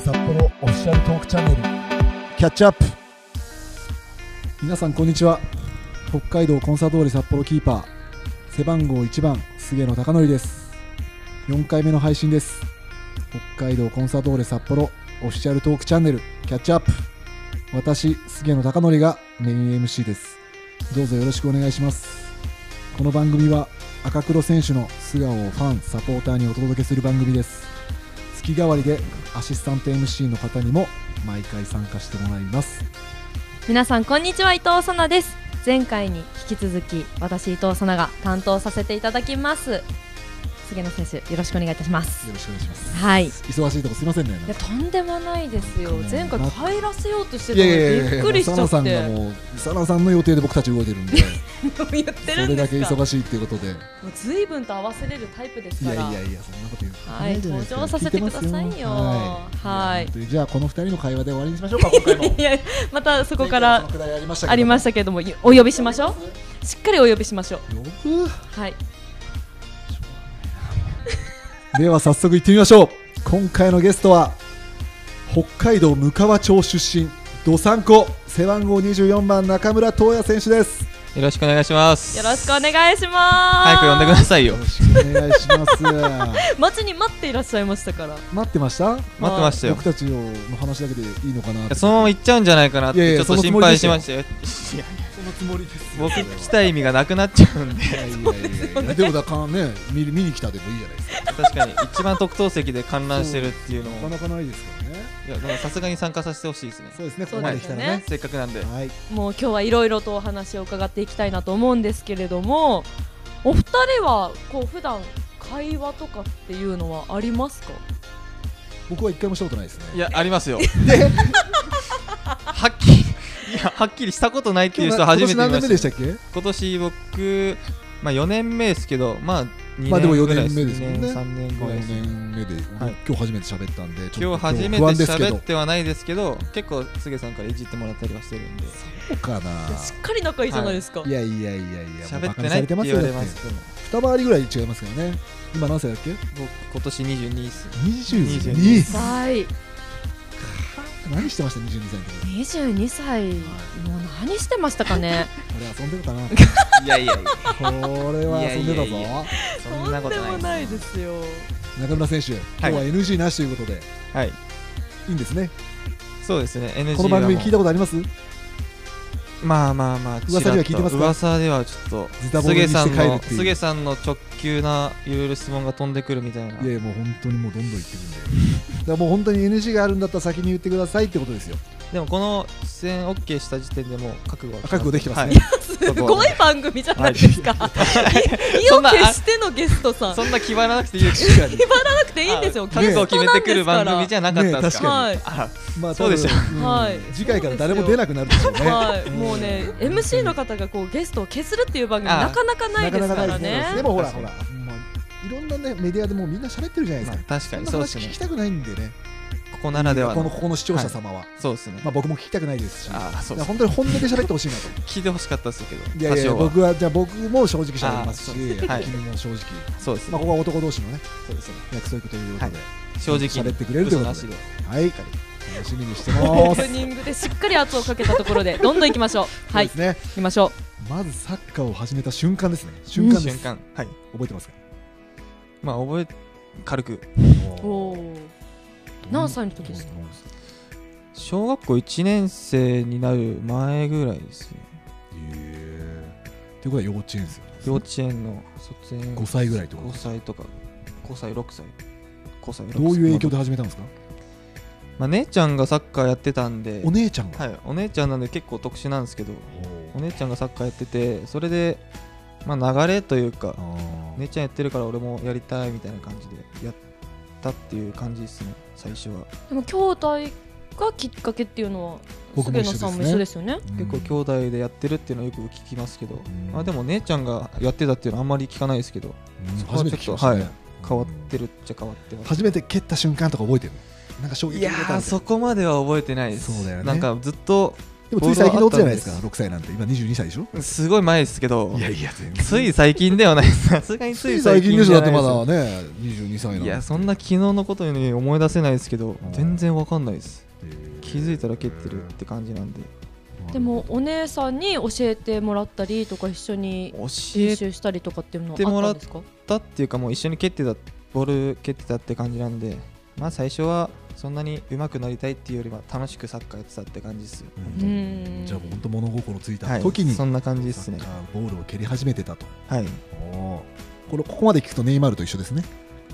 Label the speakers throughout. Speaker 1: シャルトークチャンネルキャッチアップ
Speaker 2: 皆さんこんにちは北海道コンサドーレ札幌キーパー背番号1番菅野貴則です4回目の配信です北海道コンサドーレ札幌オフィシャルトークチャンネルキャッチアップ私菅野貴則がメイン MC ですどうぞよろしくお願いしますこの番組は赤黒選手の素顔をファンサポーターにお届けする番組です月替わりでアシスタント MC の方にも毎回参加してもらいます
Speaker 3: 皆さんこんにちは伊藤さなです前回に引き続き私伊藤さなが担当させていただきます菅野選手よろしくお願いいたします
Speaker 2: よろしくお願いします
Speaker 3: はいい
Speaker 2: 忙しいとこすいませんねなんか
Speaker 3: やとんでもないですよ
Speaker 2: なんか
Speaker 3: 前回帰らせようとしてた
Speaker 2: いや
Speaker 3: の
Speaker 2: い
Speaker 3: に
Speaker 2: やいやい
Speaker 3: び
Speaker 2: や
Speaker 3: っくりしちゃっ
Speaker 2: サ
Speaker 3: て
Speaker 2: ナさんが
Speaker 3: もう
Speaker 2: もうサナさんの予定で僕たち動いてるん で
Speaker 3: 言って
Speaker 2: そ
Speaker 3: る
Speaker 2: れ
Speaker 3: ん
Speaker 2: だ
Speaker 3: で
Speaker 2: け
Speaker 3: すか
Speaker 2: 忙しいっていうことで
Speaker 3: もう随分と合わせれるタイプです
Speaker 2: い
Speaker 3: か
Speaker 2: や
Speaker 3: ら
Speaker 2: いやいやそんなこと言う
Speaker 3: はい登場させてくださいよはい
Speaker 2: 本当にじゃあこの二人の会話で終わりにしましょうか今 回も
Speaker 3: いやまたそこから
Speaker 2: 前回はそのくだりありましたけど
Speaker 3: ありましたけどもお呼びしましょうしっかりお呼びしましょう
Speaker 2: よく
Speaker 3: はい
Speaker 2: では早速行ってみましょう今回のゲストは北海道むかわ町出身どさんこ背番号24番中村東也選手です
Speaker 4: よろしくお願いします。
Speaker 3: よろしくお願いします
Speaker 4: 早く呼んでくださいよ
Speaker 2: よ。ろしくお願いし ます
Speaker 3: 待ちに待っていらっしゃいましたから
Speaker 2: 待ってました
Speaker 4: 待ってましたよ
Speaker 2: 僕。たちの話だけでいいのかなって
Speaker 4: そのまま行っちゃうんじゃないかなっ
Speaker 2: いやい
Speaker 4: て
Speaker 2: や
Speaker 4: ちょ
Speaker 2: そ
Speaker 4: っと
Speaker 2: のつも
Speaker 4: 心
Speaker 2: りで
Speaker 4: 配
Speaker 2: す
Speaker 4: し
Speaker 2: よ
Speaker 4: ましたよ。いや
Speaker 2: そのつもりです
Speaker 4: 僕来た意味がなくなっちゃ うんで。
Speaker 2: いやいやいやいやでもだからね見見に来たでもいいじゃないですか
Speaker 4: 確かに一番特等席で観覧してるっていうのも。
Speaker 2: なかないですからね
Speaker 4: いやでもさすがに参加させてほしいですね。
Speaker 2: そうですねこ
Speaker 3: そ
Speaker 2: こ
Speaker 3: う
Speaker 2: ま
Speaker 3: で
Speaker 2: です来
Speaker 3: よ
Speaker 2: たら
Speaker 3: ね
Speaker 2: ね
Speaker 4: せっかくなんで。
Speaker 2: はい
Speaker 3: もう今日はいろいろとお話を伺っていきたいなと思うんですけれどもお二人はこう普段会話とかっていうのはありますか
Speaker 2: 僕は一回もしたことないですね
Speaker 4: いやありますよ。はっきりいやはっきりしたことないっていう人初めて見
Speaker 2: 今年何
Speaker 4: ま
Speaker 2: 年目で
Speaker 4: し。
Speaker 2: したたっけ
Speaker 4: 今年僕まあ4年目ですけどまあ2
Speaker 2: まあでも
Speaker 4: 年ぐらい
Speaker 2: 四年目ですもんね
Speaker 4: 二年三年ぐら
Speaker 2: 4
Speaker 4: いですね。
Speaker 2: 年目で、
Speaker 4: はい
Speaker 2: 今日初めて喋ったんでちょ
Speaker 4: 今
Speaker 2: っ
Speaker 4: 日
Speaker 2: と
Speaker 4: 初
Speaker 2: 不
Speaker 4: めて
Speaker 2: 安ですけ
Speaker 4: 喋
Speaker 2: ど
Speaker 4: ってはないですけど結構すげさんからいじってもらったりはしてるんで
Speaker 2: そうかな
Speaker 3: しっかり仲いいじゃないですか、
Speaker 2: いやいやいやいや
Speaker 4: 喋
Speaker 2: もう馬鹿
Speaker 4: って
Speaker 2: に
Speaker 4: な
Speaker 2: さ
Speaker 4: いっ
Speaker 2: れ
Speaker 4: て
Speaker 2: ますよ
Speaker 4: 言わ
Speaker 2: だ
Speaker 4: れ
Speaker 2: っ
Speaker 4: ま
Speaker 2: て
Speaker 4: すけど
Speaker 2: 二回りぐらい違いますからね今何歳だっけ
Speaker 4: 僕今年22です
Speaker 2: 22
Speaker 4: 22
Speaker 3: はい
Speaker 2: 何してました22歳の時
Speaker 3: 22歳もう何してましたかね
Speaker 2: 俺遊んでたかな
Speaker 4: いやいやいや
Speaker 2: これは遊んでたぞ
Speaker 4: いやいやいやそんなことない
Speaker 3: ないですよ
Speaker 2: 中村選手今日は NG なしということで、
Speaker 4: はい
Speaker 2: いいんですね
Speaker 4: そうですね NG
Speaker 2: この番組聞いたことあります
Speaker 4: まあまあまあ
Speaker 2: 噂では聞いてますか
Speaker 4: 噂ではちょっ
Speaker 2: ズタ
Speaker 4: と
Speaker 2: ボロに
Speaker 4: 菅
Speaker 2: して帰
Speaker 4: さん
Speaker 2: るっ
Speaker 4: の
Speaker 2: ていう
Speaker 4: 菅さんの直球ないろいろ質問が飛んでくるみたいない
Speaker 2: やいやもう本当にもうどんどん言ってくんでだからもう本当に NG があるんだったら先に言ってくださいってことですよ
Speaker 4: でもこの出演 OK した時点でもう覚悟は
Speaker 2: あ覚悟できてますね
Speaker 4: はい
Speaker 3: すごい番組じゃないですか、 意
Speaker 4: そ
Speaker 3: を
Speaker 4: んな
Speaker 3: 決してのゲストさん
Speaker 4: そんな気張らなくていいです
Speaker 3: 決まらなくていいんですよ
Speaker 4: あ覚悟を決めてくる番組じ
Speaker 3: ゃ
Speaker 4: ゃなかったんで
Speaker 2: ね
Speaker 4: す
Speaker 2: 確
Speaker 4: か
Speaker 2: か
Speaker 3: はい
Speaker 4: あ
Speaker 2: まあ
Speaker 4: そうでしょ
Speaker 2: 多分ん
Speaker 3: はい
Speaker 2: 次回から誰も出なくなるでしょうね
Speaker 3: はい、もうね、MC の方がこうゲストを削るっていう番組
Speaker 4: ああ
Speaker 3: なかなかないですからね。
Speaker 2: でもほら
Speaker 4: 確
Speaker 2: ほ
Speaker 4: からに
Speaker 2: まあいろんなねメディアでもうみんな喋ってるじゃないで
Speaker 4: ますあ
Speaker 2: か、
Speaker 4: 確かに
Speaker 2: そ
Speaker 4: そ
Speaker 2: んな
Speaker 4: うです
Speaker 2: 話聞
Speaker 4: ね
Speaker 2: きたくないんでね
Speaker 4: ここならでは
Speaker 2: この
Speaker 4: の
Speaker 2: ここの視聴者様は、
Speaker 4: そうですね
Speaker 2: まあ僕も聞きたくないですし
Speaker 4: あーそう
Speaker 2: いや
Speaker 4: そう
Speaker 2: 本当に本音で喋ってほしいなと
Speaker 4: 聞いてほしかったですけど
Speaker 2: いやいやいや
Speaker 4: 多少は
Speaker 2: 僕はじゃあ僕も正直喋ります
Speaker 4: あーそうで
Speaker 2: し、
Speaker 4: すねはい
Speaker 2: 君も正直、
Speaker 4: そうですね、
Speaker 2: まあ、ここは男同士のね
Speaker 4: そうですね
Speaker 2: 約束ということで、
Speaker 4: 正直に
Speaker 2: 喋ってくれるということで
Speaker 4: 嘘なしで
Speaker 2: はい、楽しみにしてま
Speaker 3: オ
Speaker 2: す
Speaker 3: ープニングでしっかり圧をかけたところで、どんどん行きましょう。
Speaker 2: そ
Speaker 3: は
Speaker 2: う
Speaker 3: い
Speaker 2: で、すね
Speaker 3: 行きましょ
Speaker 2: まずサッカーを始めた瞬間ですね瞬間です
Speaker 4: 瞬間はい
Speaker 2: 覚えてますか
Speaker 4: まあ覚え軽く
Speaker 3: う。おー何歳の時ですか
Speaker 4: 小学校1年生になる前ぐらいですね
Speaker 2: ええということは幼稚園ですよ
Speaker 4: 幼稚園の卒園
Speaker 2: 5歳ぐらいってこと
Speaker 4: 5歳とか5歳6歳5歳6歳
Speaker 2: どういう影響で始めたんですか
Speaker 4: まあ、姉ちゃんがサッカーやってたんで
Speaker 2: お姉ちゃんが、
Speaker 4: はい、お姉ちゃんなんで結構特殊なんですけどお
Speaker 2: お
Speaker 4: 姉ちゃんがサッカーやっててそれで、まあ、流れというか
Speaker 2: あー
Speaker 4: 姉ちゃんやってるから俺もやりたいみたいな感じでやったっていう感じですね最初は
Speaker 3: でも兄弟がきっかけっていうのは、
Speaker 2: 僕も
Speaker 3: 菅
Speaker 2: 一緒ですね
Speaker 3: 野さんも一緒ですよね。
Speaker 2: うん
Speaker 4: 結構兄弟でやってるっていうのはよく聞きますけど、
Speaker 2: ん
Speaker 4: まあ、でも姉ちゃんがやってたっていうのはあんまり聞かないですけど
Speaker 2: うん
Speaker 4: そこ
Speaker 2: 初
Speaker 4: は
Speaker 2: め
Speaker 4: ち
Speaker 2: て聞
Speaker 4: ょっ
Speaker 2: き
Speaker 4: と
Speaker 2: ましたね
Speaker 4: 変わってるっちゃ変わってます、
Speaker 2: 初めて蹴った瞬間とか覚えてるなんか衝撃
Speaker 4: い
Speaker 2: 受
Speaker 4: や
Speaker 2: けたみたい
Speaker 4: ー
Speaker 2: な
Speaker 4: そこまでは覚えてないです
Speaker 2: そうだよね
Speaker 4: なんかずっと
Speaker 2: でもつい最近のことじゃないです
Speaker 4: ボー
Speaker 2: か
Speaker 4: ル
Speaker 2: 6歳なんて今22歳でしょ
Speaker 4: すごい前ですけど
Speaker 2: いやいや全然
Speaker 4: つい最近では ないですさすがにつ
Speaker 2: つ
Speaker 4: い
Speaker 2: い
Speaker 4: 最
Speaker 2: 最
Speaker 4: 近
Speaker 2: 近
Speaker 4: で
Speaker 2: で
Speaker 4: は
Speaker 2: し
Speaker 4: な
Speaker 2: ょ
Speaker 4: い
Speaker 2: だってま
Speaker 4: です
Speaker 2: だね22歳なん
Speaker 4: い
Speaker 2: て
Speaker 4: やそんな昨日のことに思い出せないですけど
Speaker 2: うん
Speaker 4: 全然わかんないです
Speaker 2: へー
Speaker 4: 気づいたら蹴ってるって感じなんで
Speaker 3: でもお姉さんに教えてもらったりとか一緒に
Speaker 4: 教
Speaker 3: 練
Speaker 4: え
Speaker 3: 習したりとかっていうのは
Speaker 4: 教えても
Speaker 3: あ
Speaker 4: ら
Speaker 3: ったん
Speaker 4: っ
Speaker 3: ですか
Speaker 4: たっていうかもう一緒に蹴ってたボール蹴ってたって感じなんでまあ最初はそんなに上手くなりたいっていうよりは楽しくサッカーやってたって感じですよ、
Speaker 3: う
Speaker 5: うん
Speaker 3: ん
Speaker 2: じゃあ
Speaker 5: もう本当物心つい
Speaker 4: は
Speaker 5: た
Speaker 4: い
Speaker 5: 時に、
Speaker 4: そんな感じです
Speaker 5: サ
Speaker 4: ね
Speaker 5: ッカーボールを蹴り始めてたと。
Speaker 4: はい
Speaker 5: おー
Speaker 2: これここまで聞くとネイマールと一緒 ですね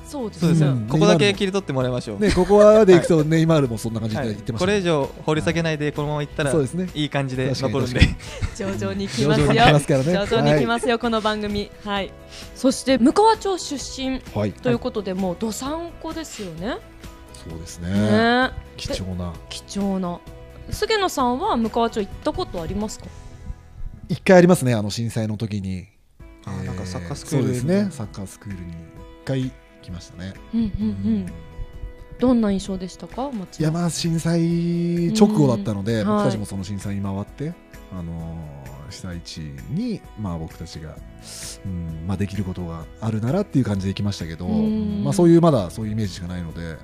Speaker 3: そうです
Speaker 4: そうですね、
Speaker 2: うん
Speaker 4: ここだけ切り取ってもらいましょう、
Speaker 2: ねここまで行くとネイマールもそんな感じで
Speaker 4: はい
Speaker 2: 言ってまし
Speaker 4: こ
Speaker 2: たね、
Speaker 4: れ以上掘り下げないでこのままいったら
Speaker 2: そうですね
Speaker 4: いい感じで
Speaker 2: 確かに
Speaker 4: 残るんで
Speaker 2: 確
Speaker 3: 徐々に来ますよ
Speaker 2: 徐々に来ますからね
Speaker 3: 徐々に来ますよ、この番組はいそして向川町出身
Speaker 5: はい。
Speaker 3: ということで、もうどさんこですよね
Speaker 5: そうですね。
Speaker 3: ね
Speaker 5: 貴重な。
Speaker 3: 貴重な菅野さんは向川町行ったことありますか
Speaker 2: 一回ありますねあの震災の時に
Speaker 4: あ
Speaker 2: え
Speaker 4: なんかサッカースクール
Speaker 2: そうです
Speaker 4: みたい
Speaker 2: ね
Speaker 4: な
Speaker 2: サッカースクールに一回来ましたね
Speaker 3: うんうんうんどんな印象でしたか町
Speaker 2: いや
Speaker 3: は
Speaker 2: まあ震災直後だったので、
Speaker 3: うん
Speaker 2: 僕たちもその震災に回って、あのー被災地に、まあ、僕たちが、うんまあ、できることがあるならっていう感じで行きましたけど、
Speaker 3: うん
Speaker 2: まあ、そういうまだそういうイメージしかないのでだか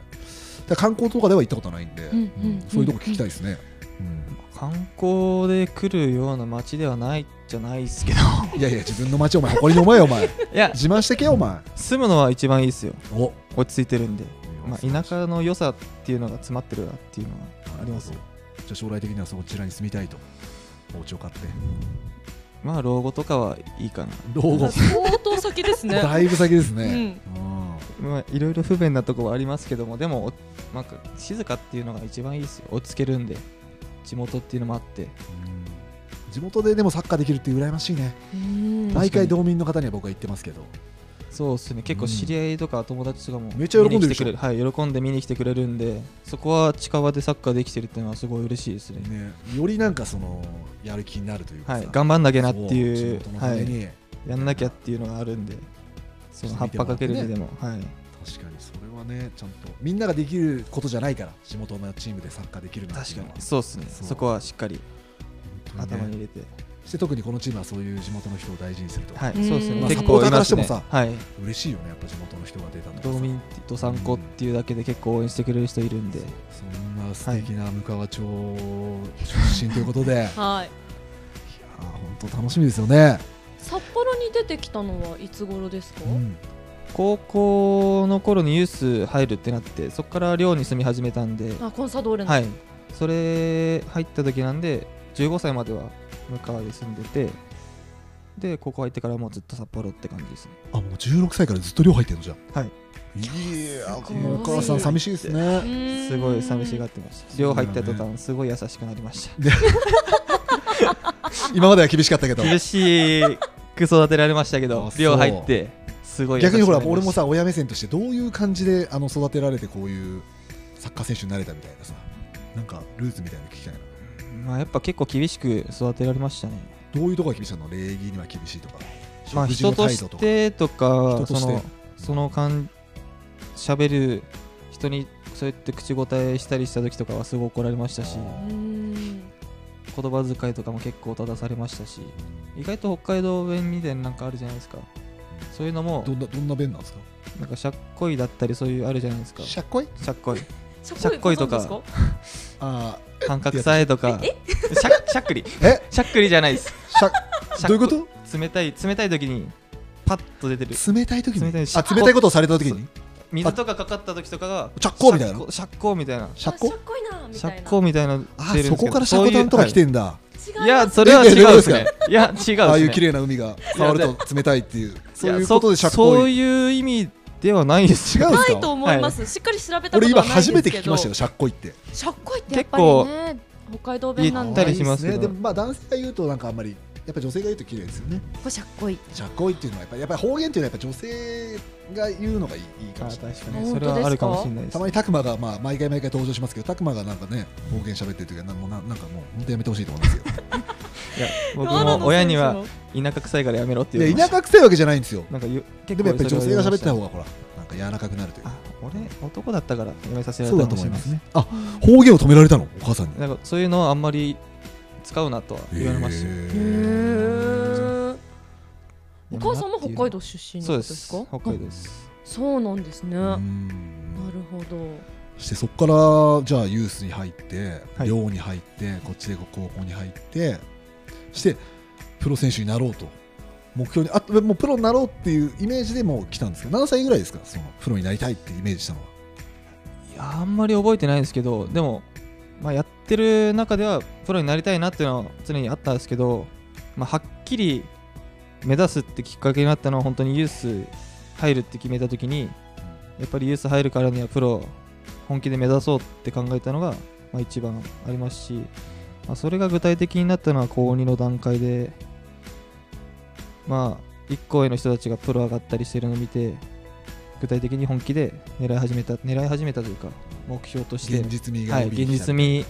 Speaker 2: ら観光とかでは行ったことないんで、
Speaker 3: うんうん
Speaker 2: うんそういうとこ聞きたいですね。
Speaker 4: 観光で来るような街ではないじゃないです けど
Speaker 2: うんいやいや自分の街お前誇りに思えよお前
Speaker 4: いや
Speaker 2: 自慢してけよお前
Speaker 4: 住むのは一番いいですよ
Speaker 2: お
Speaker 4: 落ち着いてるんで、まあ、田
Speaker 2: あ
Speaker 4: 舎の良さっていうのが詰まってるなっていうのはあります
Speaker 2: じゃあ将来的にはそちらに住みたいとお家を買って
Speaker 4: まあ老後とかはいいかな
Speaker 2: 老後
Speaker 3: 相当先です ね
Speaker 2: だいぶ先です
Speaker 3: う
Speaker 2: ね、
Speaker 3: ん
Speaker 2: うん
Speaker 4: まあいろいろ不便なとこはありますけどもでもおなんか静かっていうのが一番いいですよ落ち着けるんで地元っていうのもあって
Speaker 2: うん地元ででもサッカーできるって羨ましいね
Speaker 3: うん
Speaker 2: 毎回道民の方には僕は言ってますけど
Speaker 4: そうですね結構知り合いとか友達とかも
Speaker 2: めっちゃ喜んでる
Speaker 4: 見に
Speaker 2: で
Speaker 4: 来て
Speaker 2: しょ
Speaker 4: くれるはい喜んで見に来てくれるんでそこは近場でサッカーできてるっていうのはすごい嬉しいですね
Speaker 2: ねよりなんかそのやる気になるというか
Speaker 4: は
Speaker 2: さ
Speaker 4: い頑張んなきゃなって
Speaker 2: そ
Speaker 4: いう
Speaker 2: 地元のた
Speaker 4: は
Speaker 2: め
Speaker 4: い
Speaker 2: に、
Speaker 4: やんなきゃっていうのがあるんでその葉っぱかけるにでも、はい
Speaker 2: 確かにそれはねちゃんとみんなができることじゃないから地元のチームでサッカーできるなんていうのは
Speaker 4: そうですね
Speaker 2: そ
Speaker 4: そうこはしっかり
Speaker 2: 本当
Speaker 4: 頭
Speaker 2: に
Speaker 4: に
Speaker 2: ね
Speaker 4: 入れて、
Speaker 2: そして特にこのチームはそういう地元の人を大事にすると、
Speaker 4: はい
Speaker 3: うん
Speaker 4: そうですね
Speaker 3: まあ
Speaker 4: 結
Speaker 2: サポー
Speaker 4: 構
Speaker 2: ターか
Speaker 4: い
Speaker 2: ら
Speaker 4: ま
Speaker 2: して
Speaker 4: す
Speaker 2: も
Speaker 4: ね
Speaker 2: さ
Speaker 4: はい
Speaker 2: 嬉しいよねやっぱ地元の人が出たとかさ
Speaker 4: 道民って土産子っていうだけで結構応援してくれる人いるんで、
Speaker 2: そんな素敵な向川町出身ということで、いや
Speaker 3: はい
Speaker 2: ー本当楽しみですよね、
Speaker 3: 札幌に出てきたのはいつ頃ですか、
Speaker 2: うん
Speaker 4: 高校の頃にユース入るってなってそこから寮に住み始めたんで、
Speaker 3: あコンサドーレの、
Speaker 4: はい、それ入った時なんで15歳までは向川で住んでてで高校入ってからもうずっと札幌って感じですね
Speaker 2: あもう16歳からずっと寮入ってるのじゃん
Speaker 4: はい
Speaker 2: いや
Speaker 3: す
Speaker 4: ごい
Speaker 2: お母さん寂しいですね
Speaker 3: す
Speaker 4: すごい寂しがってました寮入った途端すごい優しくなりました
Speaker 2: 今までは厳しかったけど
Speaker 4: 厳しく育てられましたけ
Speaker 2: あ
Speaker 4: ど
Speaker 2: そう
Speaker 4: 寮入ってすごい優し
Speaker 2: 逆
Speaker 4: く
Speaker 2: にほら
Speaker 4: なりま
Speaker 2: 俺も
Speaker 4: した
Speaker 2: さ親目線としてどういう感じであの育てられてこういうサッカー選手になれたみたいなさなんかルーツみたいなの聞きたいな
Speaker 4: まあやっぱ結構厳しく育てられましたね
Speaker 2: どういうところが厳しいの礼儀には厳しいとか
Speaker 4: まあ
Speaker 2: 食事の
Speaker 4: 人と
Speaker 2: 態度
Speaker 4: し
Speaker 2: とか
Speaker 4: てとか
Speaker 2: 人として
Speaker 4: そのその感しゃべる人にそうやって口答えしたりした時とかはすごい怒られましたし
Speaker 2: あ
Speaker 3: うん
Speaker 4: 言葉遣いとかも結構正されましたし意外と北海道弁みたいななんかあるじゃないですかそういうのも
Speaker 2: どんなどんな弁なんですか
Speaker 4: なんかしゃっこいだったりそういうあるじゃないですかし
Speaker 2: ゃっこい
Speaker 4: ゃっ こい
Speaker 3: し
Speaker 4: ゃっこいとか
Speaker 3: ご存知です
Speaker 2: あ
Speaker 4: 感覚さえとかしゃしゃっくり
Speaker 2: あえ
Speaker 4: しゃっくりじゃないです
Speaker 2: しゃ
Speaker 4: しゃっ
Speaker 2: どういうこと
Speaker 4: 冷たい冷たい時にパッと出てる
Speaker 2: 冷たい時に
Speaker 4: 冷たいし
Speaker 2: あ冷たいことをされた時に
Speaker 4: 水とかかかった時とかが
Speaker 2: 着工みたいな
Speaker 4: 着工着工みたいな
Speaker 2: しゃっ
Speaker 3: あ
Speaker 2: こ
Speaker 3: しゃっこいなみ
Speaker 4: シ
Speaker 3: た
Speaker 4: ャッ
Speaker 3: いな
Speaker 4: コみたいな
Speaker 2: あ
Speaker 4: 出るんですけど
Speaker 2: そこからシャコタンとか来てんだ
Speaker 3: 違い
Speaker 4: そういうはい
Speaker 3: ます
Speaker 4: いやそれは違うで すねいや違うですね
Speaker 2: ああいう綺麗な海が触る
Speaker 4: い
Speaker 2: と冷たいっていうそういう
Speaker 4: や
Speaker 2: ことでしゃっ
Speaker 4: そ
Speaker 2: こ
Speaker 4: う
Speaker 2: い
Speaker 4: いう意味ではないです
Speaker 2: 違
Speaker 4: よ
Speaker 2: うんで
Speaker 3: な
Speaker 2: す
Speaker 3: いと
Speaker 2: か
Speaker 3: 思います、しっかり調べたこ
Speaker 2: 俺
Speaker 3: とは
Speaker 2: 今
Speaker 3: ないです
Speaker 2: 初
Speaker 3: けど
Speaker 2: めて聞きましたよしゃっこいって
Speaker 3: しゃっこいってやっぱりね北海道弁なん
Speaker 4: 行
Speaker 3: で
Speaker 4: った
Speaker 3: こ
Speaker 4: りしますけど
Speaker 2: あいいでもまあ男性が言うとなんかあんまりやっぱ女性が言うと綺麗ですよね
Speaker 3: れしゃっこい
Speaker 2: しゃっこいっていうのはやっぱやっぱり方言っていうのはやっぱ女性が言うのがいいいい
Speaker 4: あ
Speaker 2: かもし
Speaker 4: 確
Speaker 2: れ
Speaker 4: か
Speaker 2: ないで
Speaker 4: に
Speaker 2: すね
Speaker 3: 本当ですか
Speaker 4: それはあるかもしれないです
Speaker 2: たまにタクマがまあ毎回毎回登場しますけどタクマがなんかね方言喋ってる時はなんもうななんかもう本当やめてほしいと思うんですよ
Speaker 4: いや僕も親には田舎臭いからやめろって言われ
Speaker 2: い
Speaker 4: ま
Speaker 2: や
Speaker 4: し
Speaker 2: 田
Speaker 4: た
Speaker 2: 舎くせえわけじゃないんですよ
Speaker 4: なんかゆ
Speaker 2: で
Speaker 4: 結
Speaker 2: も
Speaker 4: 構
Speaker 2: やっぱり女性が喋ってた方
Speaker 4: が
Speaker 2: がほらなんか柔らかくなるというか
Speaker 4: あ俺男だったからやめさせられたかもしれない
Speaker 2: ねあ方言を止められたのお母さんに
Speaker 4: なんかそういうのはあんまり使うなとは言われましたよ
Speaker 3: へーお母さんも北海道出身
Speaker 4: そ
Speaker 3: な
Speaker 4: うんで
Speaker 3: です
Speaker 4: す
Speaker 3: か
Speaker 4: 北海道です
Speaker 3: そうなんですね、
Speaker 2: う
Speaker 3: なる
Speaker 2: ん
Speaker 3: ほど
Speaker 2: してそこからじゃあユースに入って
Speaker 4: はい
Speaker 2: 寮に入ってこっちで高校に入ってしてプロ選手になろうと目標にあもうプロになろうっていうイメージでもう来たんですけど7歳ぐらいですかそのプロになりたいっていうイメージしたのは。
Speaker 4: いやあんまり覚えてないですけどでも、まあ、やってる中ではプロになりたいなっていうのは常にあったんですけど、まあ、はっきり目指すってきっかけになったのは本当にユース入るって決めた時にやっぱりユース入るからにはプロ本気で目指そうって考えたのが、まあ、一番ありますし、まあ、それが具体的になったのは高2の段階でまあ1校への人たちがプロ上がったりしてるのを見て具体的に本気で狙い始めた狙い始めたというか目標として
Speaker 2: 現実味が
Speaker 4: は
Speaker 2: 帯
Speaker 4: い、
Speaker 2: びてき
Speaker 4: 現
Speaker 2: た
Speaker 4: 実味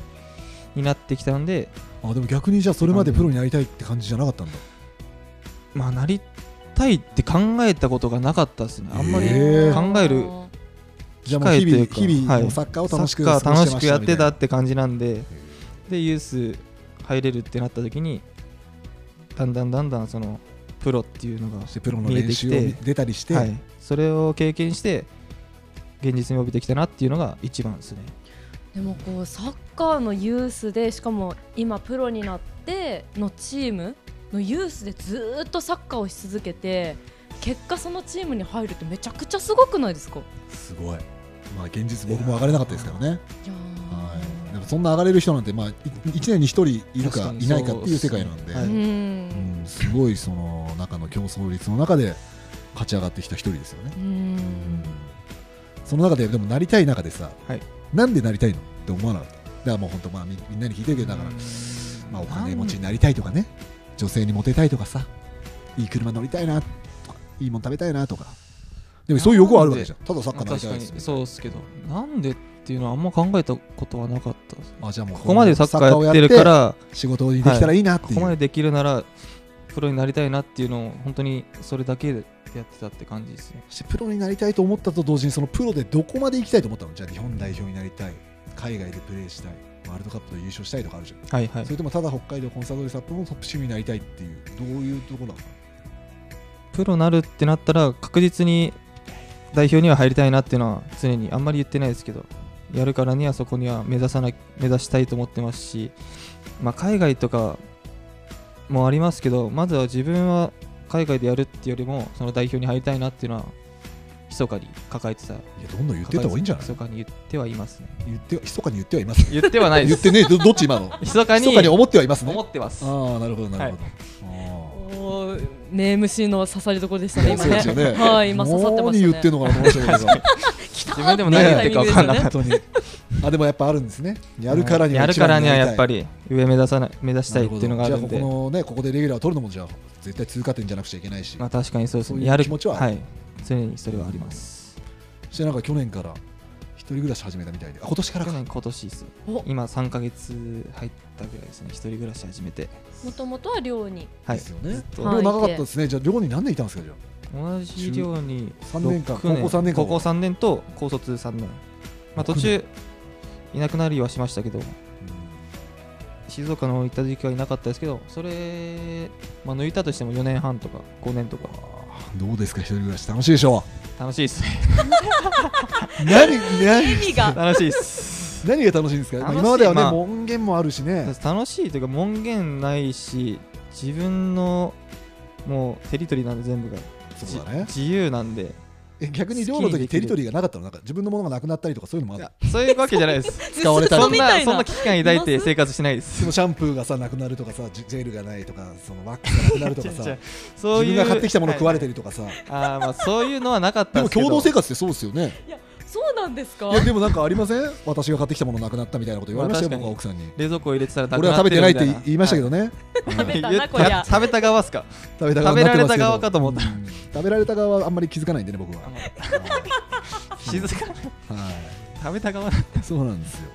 Speaker 4: になってきたので、
Speaker 2: あでも逆にじゃあそれまでプロになりたいって感じじゃなかったんだ
Speaker 4: まあ、なりたいって考えたことがなかったですね、あんまり
Speaker 2: へえ
Speaker 4: 考える
Speaker 2: じゃあ
Speaker 4: 機
Speaker 2: もう日
Speaker 4: 会とい
Speaker 2: 々
Speaker 4: うか
Speaker 2: 日々
Speaker 4: はい
Speaker 2: もうサッカーを
Speaker 4: サ
Speaker 2: 楽しく
Speaker 4: ッカー楽しくやってた
Speaker 2: 過
Speaker 4: って感じなんで、でユース入れるってなった時に、だんだんだんだんそのプロっていうのが
Speaker 2: ご、してましたみたいなそしてプロの練習を
Speaker 4: 見えてき
Speaker 2: 出たりして、
Speaker 4: はい、それを経験して、現実に帯びてきたなっていうのが一番ですね。
Speaker 3: でもこうサッカーのユースでしかも今プロになってのチームのユースでずーっとサッカーをし続けて結果そのチームに入るってめちゃくちゃすごくないですか
Speaker 2: すごいまあ現実僕も上がれなかったですからね
Speaker 3: いやー
Speaker 2: はいでもそんな上がれる人なんてまあい一年に一人いる
Speaker 4: 確
Speaker 2: か
Speaker 4: かに
Speaker 2: いないかっていう世界なんで
Speaker 4: そうですねは
Speaker 3: う
Speaker 4: い
Speaker 3: ん
Speaker 2: うんすごいその中の競争率の中で勝ち上がってきた一人ですよね
Speaker 3: う
Speaker 2: うん
Speaker 3: ん
Speaker 2: その中ででもなりたい中でさ
Speaker 4: はい
Speaker 2: なんでなりたいのって思わなかっただからもう本当まあみみんなに聞いてるけどだからまあ、お金持ちになりたいとかね女性にモテたいとかさいい車乗りたいなとかいいもん食べたいなとかでもそういう欲はあるわけじゃんただサッカーなり
Speaker 4: 確
Speaker 2: たい
Speaker 4: かに
Speaker 2: ですね
Speaker 4: そうですけど、なんでっていうのはあんま考えたことはなかったです。
Speaker 2: あじゃあもう
Speaker 4: ここまでサッカーやってるから、
Speaker 2: 仕事にできたらいいなってい
Speaker 4: こ
Speaker 2: う、
Speaker 4: こまでできるならプロになりたいなっていうのを本当にそれだけでやってたって感じですね
Speaker 2: そしてプロになりたいと思ったと同時にそのプロでどこまで行きたいと思ったのじゃあ日本代表になりたい海外でプレーしたいワールドカップで優勝したいとかあるじゃん、
Speaker 4: はいはい
Speaker 2: それともただ北海道コンサドート札幌のトップチームになりたいっていうどういうところなの
Speaker 4: プロなるってなったら確実に代表には入りたいなっていうのは常にあんまり言ってないですけどやるからにはそこには目指さな目指したいと思ってますし、まあ、海外とかもありますけどまずは自分は海外でやるっていうよりもその代表に入りたいなっていうのは密かに抱えてた
Speaker 2: いやどんどん言ってた方がいいんじゃない
Speaker 4: 密かに言ってはいますね
Speaker 2: 言って密かに言ってはいます
Speaker 4: 言ってはないで
Speaker 2: 言っ
Speaker 4: す
Speaker 2: てねえどどっち今の
Speaker 4: 密かに
Speaker 2: 密かに思ってはいますね
Speaker 4: 思ってます
Speaker 2: ああなるほどなるほど、あ
Speaker 3: おーネーム C の刺さりどころでした
Speaker 2: あ
Speaker 3: ね今
Speaker 2: そうで
Speaker 3: ね
Speaker 2: すよね
Speaker 3: はい今刺さってました
Speaker 2: 何
Speaker 3: ね
Speaker 2: 言ってんのかなと思ってたけ
Speaker 3: 来た
Speaker 4: 自分でも何言ってるか分かんなか
Speaker 2: ど
Speaker 4: った。
Speaker 2: 本当にあでもやっぱあるんですねやるからには
Speaker 4: やる
Speaker 2: 一番
Speaker 4: からにはやっぱ
Speaker 2: り
Speaker 4: り上目指さない目指したいっていうのがあるん
Speaker 2: じゃ
Speaker 4: で
Speaker 2: あここのねここでレギュラーを取るのもじゃあ絶対通過点じゃなくちゃいけないし、
Speaker 4: まあ確かにそうです
Speaker 2: そうい
Speaker 4: ね
Speaker 2: う
Speaker 4: やる
Speaker 2: 気持ちはあ
Speaker 4: は
Speaker 2: る
Speaker 4: い常にそれはあります
Speaker 2: そしてなんか去年から一人暮らし始めたみたいであ今年から
Speaker 4: 去
Speaker 2: か
Speaker 4: 年今年ですね
Speaker 3: お
Speaker 4: 今3ヶ月入ったぐらいですね一人暮らし始めて
Speaker 3: もともとは寮に
Speaker 4: はい
Speaker 2: ですよね、
Speaker 4: と
Speaker 2: 寮長かったですねじゃあ寮に何年いたんですかじゃ
Speaker 4: 同じ寮に
Speaker 2: 3年間
Speaker 4: 六
Speaker 2: 高校3年間
Speaker 4: 高校3年と高卒3年まあ途中いなくなりはしましたけど
Speaker 2: あ、
Speaker 4: 静岡の方行った時期はいなかったですけどそれまあ抜いたとしても4年半とか5年とか
Speaker 2: どうですか一人暮らし楽しいでしょ
Speaker 4: 楽しいですね
Speaker 2: う何何
Speaker 3: 意味が
Speaker 4: 楽しいで す
Speaker 2: 何が楽しいんですか
Speaker 4: 楽しい
Speaker 2: 今まではね、
Speaker 4: まあ
Speaker 2: もう音源もあるしね
Speaker 4: 楽しいというか門限ないし自分のもうテリトリーなんで全部が、
Speaker 2: そうだね
Speaker 4: じ自由なんで
Speaker 2: え逆に寮の時テリトリーがなかったのなんか自分のものがなくなったりとかそういうのもあ
Speaker 4: い
Speaker 2: る
Speaker 4: やそういうわけじゃないです
Speaker 2: 使われたり
Speaker 3: 嘘
Speaker 4: そん
Speaker 3: みた
Speaker 4: ないそん
Speaker 3: な
Speaker 4: な危機感抱いて生活してないで
Speaker 2: ですもシャンプーがさなくなるとかさジジェルがないとか そのワックスがなくなるとかさ
Speaker 4: 違う違う
Speaker 2: 自
Speaker 4: そういう
Speaker 2: 分が買ってきたもの食われ
Speaker 4: て
Speaker 2: てるとかさ、
Speaker 4: あーまあそういうのはなかった
Speaker 2: で
Speaker 4: ん
Speaker 2: も
Speaker 4: ですけど
Speaker 2: 共同生活ってそうですよね
Speaker 3: そうなんですか
Speaker 2: いやでもなんかありません私が買ってきたものなくなったみたいなこと言われましたよ、
Speaker 4: まあ確
Speaker 2: 僕
Speaker 4: か
Speaker 2: は
Speaker 4: に
Speaker 2: 奥さんに
Speaker 4: 冷蔵庫入れてたらなく
Speaker 2: 俺は
Speaker 4: なっ
Speaker 2: 食べてないって
Speaker 4: るみた
Speaker 2: 言いましたけど
Speaker 4: ね
Speaker 2: ね、
Speaker 3: 食べた
Speaker 4: 言っ
Speaker 3: なこりゃ
Speaker 4: 食べた側っすか
Speaker 2: 食べた
Speaker 4: 食
Speaker 2: 側
Speaker 4: べ
Speaker 2: にな
Speaker 4: ら
Speaker 2: ってます
Speaker 4: れた
Speaker 2: けど
Speaker 4: 側かと思った
Speaker 2: うん食べられた側は あんまり気づかないんでね僕は、
Speaker 4: 静かに
Speaker 2: は
Speaker 4: 食べた側なんて
Speaker 2: い、そうなんですよ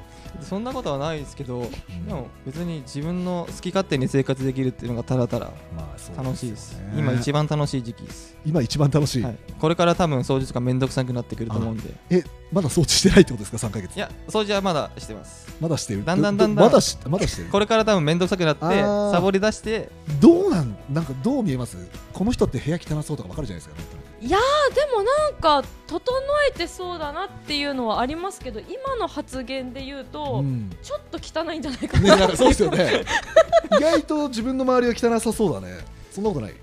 Speaker 4: そんなことはないですけど、
Speaker 2: ん
Speaker 4: でも別に自分の好き勝手に生活できるっていうのがただただ
Speaker 2: まあそう
Speaker 4: 楽しいです
Speaker 2: よね
Speaker 4: 今一番楽しい時期です
Speaker 2: 今一番楽しい、
Speaker 4: はい、これから多分掃除とかめんどくさくなってくると思うんで
Speaker 2: えまだ掃除してないってことですか三ヶ月
Speaker 4: いや掃除はまだしてます
Speaker 2: まだしてる
Speaker 4: だんだんだんだん
Speaker 2: まだしまだしてる
Speaker 4: これから多分めんどくさくなって
Speaker 2: あー
Speaker 4: サボり出して
Speaker 2: どうなんなんかどう見えますこの人って部屋汚そうとかわかるじゃないですかなんとなく
Speaker 3: いやーでもなんか整えてそうだなっていうのはありますけど今の発言で言うと、
Speaker 2: うんね、
Speaker 3: ちょっと汚いんじゃない かな
Speaker 2: なんかそうですよね意外と自分の周りは汚さそうだねそんなことない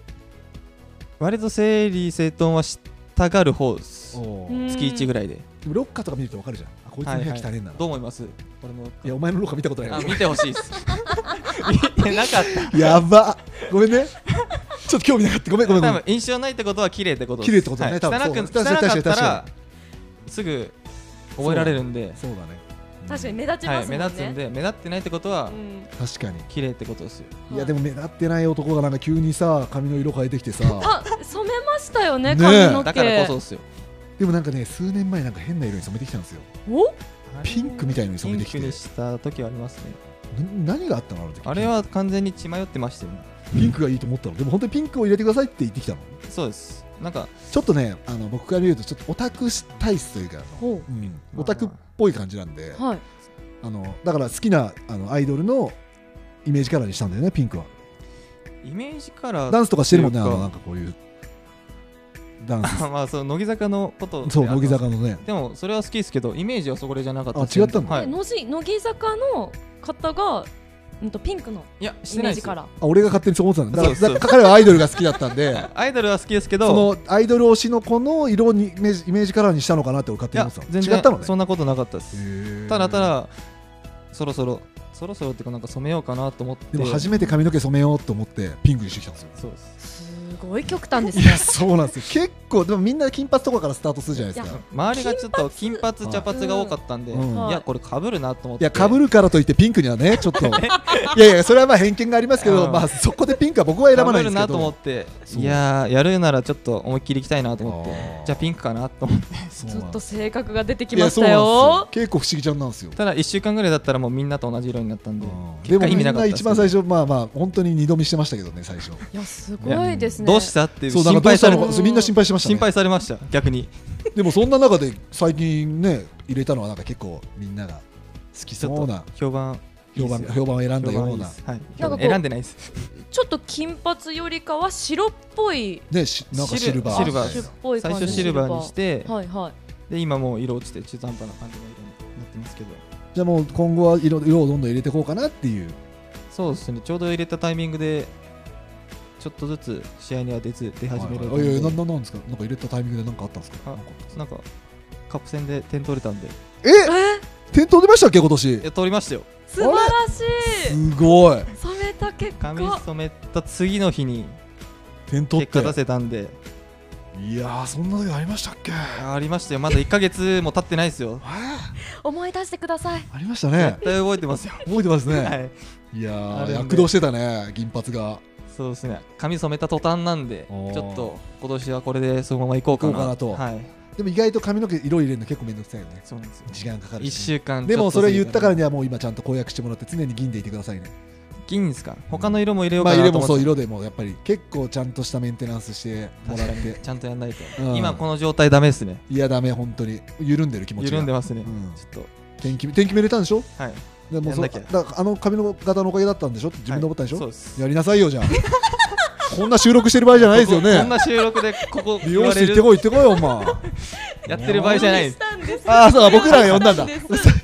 Speaker 4: 割と整理整頓はしたがる方です
Speaker 2: で
Speaker 4: 月1ぐ
Speaker 3: らい
Speaker 4: らいで
Speaker 2: もロッカーとか見ると分かるじゃんあこいつの部屋汚ねえんだな、
Speaker 4: どう思います俺の
Speaker 2: いやお前のロッカー見たことない
Speaker 4: あ
Speaker 2: よ
Speaker 4: 見てほし いですいやなかっ
Speaker 2: やばごめんね ちょっと興味なかったごめんごめ
Speaker 4: た
Speaker 2: んごめ
Speaker 4: 多分
Speaker 2: ん
Speaker 4: 印象ないってことは綺麗ってこと
Speaker 2: 綺麗ってことだね
Speaker 4: はい
Speaker 2: 多分
Speaker 4: 汚く
Speaker 2: そう
Speaker 4: 汚かっ
Speaker 2: 確かに確
Speaker 4: た
Speaker 2: から
Speaker 4: すぐ覚えられるんで
Speaker 2: そうだね
Speaker 3: 確かに
Speaker 2: に
Speaker 3: 目立ち
Speaker 4: は
Speaker 3: ま
Speaker 4: い、
Speaker 3: すもん
Speaker 4: 目
Speaker 3: ね、
Speaker 4: 立つんで目立ってないってことは
Speaker 3: うん
Speaker 2: 確かに
Speaker 4: 綺麗ってことですよ
Speaker 2: いやでも目立ってない男がなんか急にさ髪の色変えてきてさ
Speaker 3: あ染めましたよね
Speaker 2: ねえ
Speaker 3: 髪の毛
Speaker 4: だからこそですよ
Speaker 2: でもなんかね数年前なんか変な色に染めてきたんですよ
Speaker 3: お
Speaker 2: ピンクみたいのに染めてきて
Speaker 4: ピンクにした時はありますね
Speaker 2: な何があったのあの時
Speaker 4: あれは完全に血迷ってましたよね
Speaker 2: ピンクがいいと思ったのでも本当にピンクを入れてくださいって言ってきたの
Speaker 4: そうですなんか
Speaker 2: ちょっとねあの僕から見るとちょっとオタク体質というかあの
Speaker 3: ほ
Speaker 2: うん、オタクっぽい感じなんで、
Speaker 3: うはい
Speaker 2: あのだから好きなあのアイドルのイメージカラーにしたんだよねピンクは
Speaker 4: イメージカラー
Speaker 2: ダンスとかしてるもんねあ
Speaker 4: っていう
Speaker 2: のな
Speaker 4: か
Speaker 2: んかこういうダ ンス
Speaker 4: まあそう乃木坂のこと
Speaker 2: そう
Speaker 4: であの
Speaker 2: 乃木坂のね
Speaker 4: でもそれは好きですけどイメージはそこでじゃなかった
Speaker 2: あ
Speaker 4: ですね
Speaker 2: 違ったの
Speaker 4: はい
Speaker 3: えのし乃木坂の方が、うん、とピンクの
Speaker 4: いやし
Speaker 3: イメ
Speaker 4: てな
Speaker 3: ー
Speaker 4: い
Speaker 3: ジ
Speaker 4: です
Speaker 3: カ
Speaker 4: よ
Speaker 3: ラー
Speaker 2: あ俺が勝手にそう思ってたんだだか
Speaker 4: そう
Speaker 2: ら
Speaker 4: そう
Speaker 2: だから彼はアイドルが好きだったんで
Speaker 4: アイドルは好きですけ
Speaker 2: そ
Speaker 4: ど
Speaker 2: のアイドル推しの子の色をにイメージイメージカラーにしたのかなって俺勝
Speaker 4: い
Speaker 2: 手に
Speaker 4: や
Speaker 2: 思って
Speaker 4: 全
Speaker 2: た違
Speaker 4: 然
Speaker 2: ったのね
Speaker 4: そんなことなかったです
Speaker 2: へー
Speaker 4: ただただそろそろそろそろっていうかなんか染めようかなと思って
Speaker 2: でも初めて髪の毛染めようと思ってピンクにしてきたんですよ
Speaker 4: そうです
Speaker 3: すごい極端です
Speaker 2: い
Speaker 3: ね
Speaker 2: やそうなんです よ結構でもみんな金髪とかからスタートするじゃないですか
Speaker 3: い
Speaker 2: い
Speaker 3: や
Speaker 4: 周りがちょっと金髪茶髪が多かったんで、
Speaker 2: うん
Speaker 4: いやこれかぶるなと思って
Speaker 2: やかぶるからといってピンクにはねちょっといやいやそれはまあ偏見がありますけど、
Speaker 4: うん
Speaker 2: まあそこでピンクは僕は選ばないん
Speaker 4: 被
Speaker 2: で
Speaker 4: る
Speaker 2: すけ
Speaker 4: なと思っ
Speaker 2: ど
Speaker 4: て
Speaker 2: そう
Speaker 4: いやーやるならちょっと思いっきり行きたいなと思って
Speaker 2: あー
Speaker 4: じゃあピンクかなと思って
Speaker 2: そうな
Speaker 3: ちょ
Speaker 2: ん
Speaker 3: っ
Speaker 2: で
Speaker 3: と
Speaker 2: す
Speaker 3: 性格が出てき
Speaker 2: いや
Speaker 3: まし
Speaker 2: そう
Speaker 3: た
Speaker 2: なん
Speaker 3: よ
Speaker 2: ですよ結構不思議ちゃんなんですよ
Speaker 4: ただ1週間ぐらいだったらもうみんなと同じ色になったんで
Speaker 2: うんで
Speaker 4: 結
Speaker 2: も
Speaker 4: 果意
Speaker 2: み
Speaker 4: 味なんかっ
Speaker 2: な
Speaker 4: たです
Speaker 2: 一番最初まあまあ本当に二度見してましたけどね最初
Speaker 3: いやすごいですね
Speaker 4: どうしたっていう
Speaker 2: そうだか
Speaker 4: 心
Speaker 2: らどう
Speaker 4: 配
Speaker 2: した
Speaker 4: され
Speaker 2: のかそうみんな心配してましたね
Speaker 4: 心配されました逆に
Speaker 2: でもそんな中で最近ね入れたのはなんか結構みんなが好き
Speaker 4: ち
Speaker 2: そ
Speaker 4: ょ
Speaker 2: う
Speaker 4: っ
Speaker 2: な
Speaker 4: と評判い
Speaker 2: 評
Speaker 4: いです
Speaker 2: 判
Speaker 4: よ
Speaker 2: 評判を選んだ
Speaker 4: 評判
Speaker 2: よ
Speaker 4: いういで
Speaker 2: な
Speaker 4: すはい
Speaker 3: なんかこう
Speaker 4: 選んでないです
Speaker 3: ちょっと金髪よりかは白っぽい
Speaker 2: ねしなんかシルバー
Speaker 4: シルバー
Speaker 2: みたい
Speaker 3: 白っ
Speaker 2: な
Speaker 3: ぽい
Speaker 4: 最
Speaker 3: 感じ
Speaker 4: 初シルバーにして
Speaker 3: はいはい
Speaker 4: で今もう色落ちて中途半端な感じの色になってますけど
Speaker 2: じゃあもう今後は色色をどんどん入れていこうかなっていう
Speaker 4: そうですねちょうど入れたタイミングでちょっとずつ試合には出ず出始める
Speaker 2: はいはいあいやいやなななんですかなんか入れたタイミングで何かあったんですか
Speaker 4: あ
Speaker 2: なんか
Speaker 4: なんかカップ戦で点取れたんで
Speaker 2: え
Speaker 3: え
Speaker 2: 点灯出ましたっけ今年
Speaker 4: いや取りましたよ
Speaker 3: 素晴らしい
Speaker 2: すごい
Speaker 3: 染めた結果
Speaker 4: 髪染めた次の日に
Speaker 2: 点灯っ
Speaker 4: 結
Speaker 2: て
Speaker 4: 果出せたんで
Speaker 2: いやーそんな時ありましたっけえ
Speaker 4: あありましたよまだ1ヶ月も経ってないですよ
Speaker 2: ー
Speaker 3: 思い出してください
Speaker 2: ありました
Speaker 4: 絶
Speaker 2: ね
Speaker 4: 対覚えてますよ
Speaker 2: 覚えてますね、
Speaker 4: はい
Speaker 2: い、や
Speaker 4: あ
Speaker 2: ー
Speaker 4: れ
Speaker 2: 躍動してたね銀髪が
Speaker 4: そうですね髪染めた途端なんでち
Speaker 2: おー
Speaker 4: ょっと今年はこれでそのまま行こうかな
Speaker 2: 行こうか
Speaker 4: はい
Speaker 2: でも意外と髪の毛色入れるの結構めんどくさいよね
Speaker 4: そうな んですよ
Speaker 2: 時間かかるし
Speaker 4: 1
Speaker 2: ね
Speaker 4: 週間
Speaker 2: でも
Speaker 4: ちょ
Speaker 2: そ
Speaker 4: っと
Speaker 2: れ言ったからにはもう今ちゃんと公約してもらって常に銀でいてくださいね
Speaker 4: 銀ですか他の色も入れよう
Speaker 2: ま
Speaker 4: か
Speaker 2: あ
Speaker 4: な
Speaker 2: 色
Speaker 4: と
Speaker 2: も
Speaker 4: 思
Speaker 2: そう
Speaker 4: って
Speaker 2: 色でもやっぱり結構ちゃんとしたメンテナンスしてもらっ
Speaker 4: 確か
Speaker 2: て
Speaker 4: にちゃんとやんないと、
Speaker 2: うん
Speaker 4: 今この状態ダメですね
Speaker 2: いやダメ本当に緩んでる気持ちが
Speaker 4: 緩んでますね、
Speaker 2: うん
Speaker 4: ちょっ
Speaker 2: 天気天気めれたんでしょ
Speaker 4: とはい
Speaker 2: でもそ
Speaker 4: や
Speaker 2: だ
Speaker 4: んなきゃ
Speaker 2: からあの髪の型のおかげだったんでしょ自分で思ったんでしょ、
Speaker 4: はいそうです
Speaker 2: やりなさいよじゃあ こんな収録してる場合じゃないですよ
Speaker 4: こここん
Speaker 2: ね
Speaker 4: な収録でここ
Speaker 2: 美
Speaker 4: 言
Speaker 2: 容
Speaker 4: わ
Speaker 2: 室
Speaker 4: れ
Speaker 2: 行って
Speaker 4: る
Speaker 2: こい行ってこいよお前
Speaker 4: やってる場合じゃないです
Speaker 3: したんです
Speaker 2: ああそうだ僕らが呼んだんだ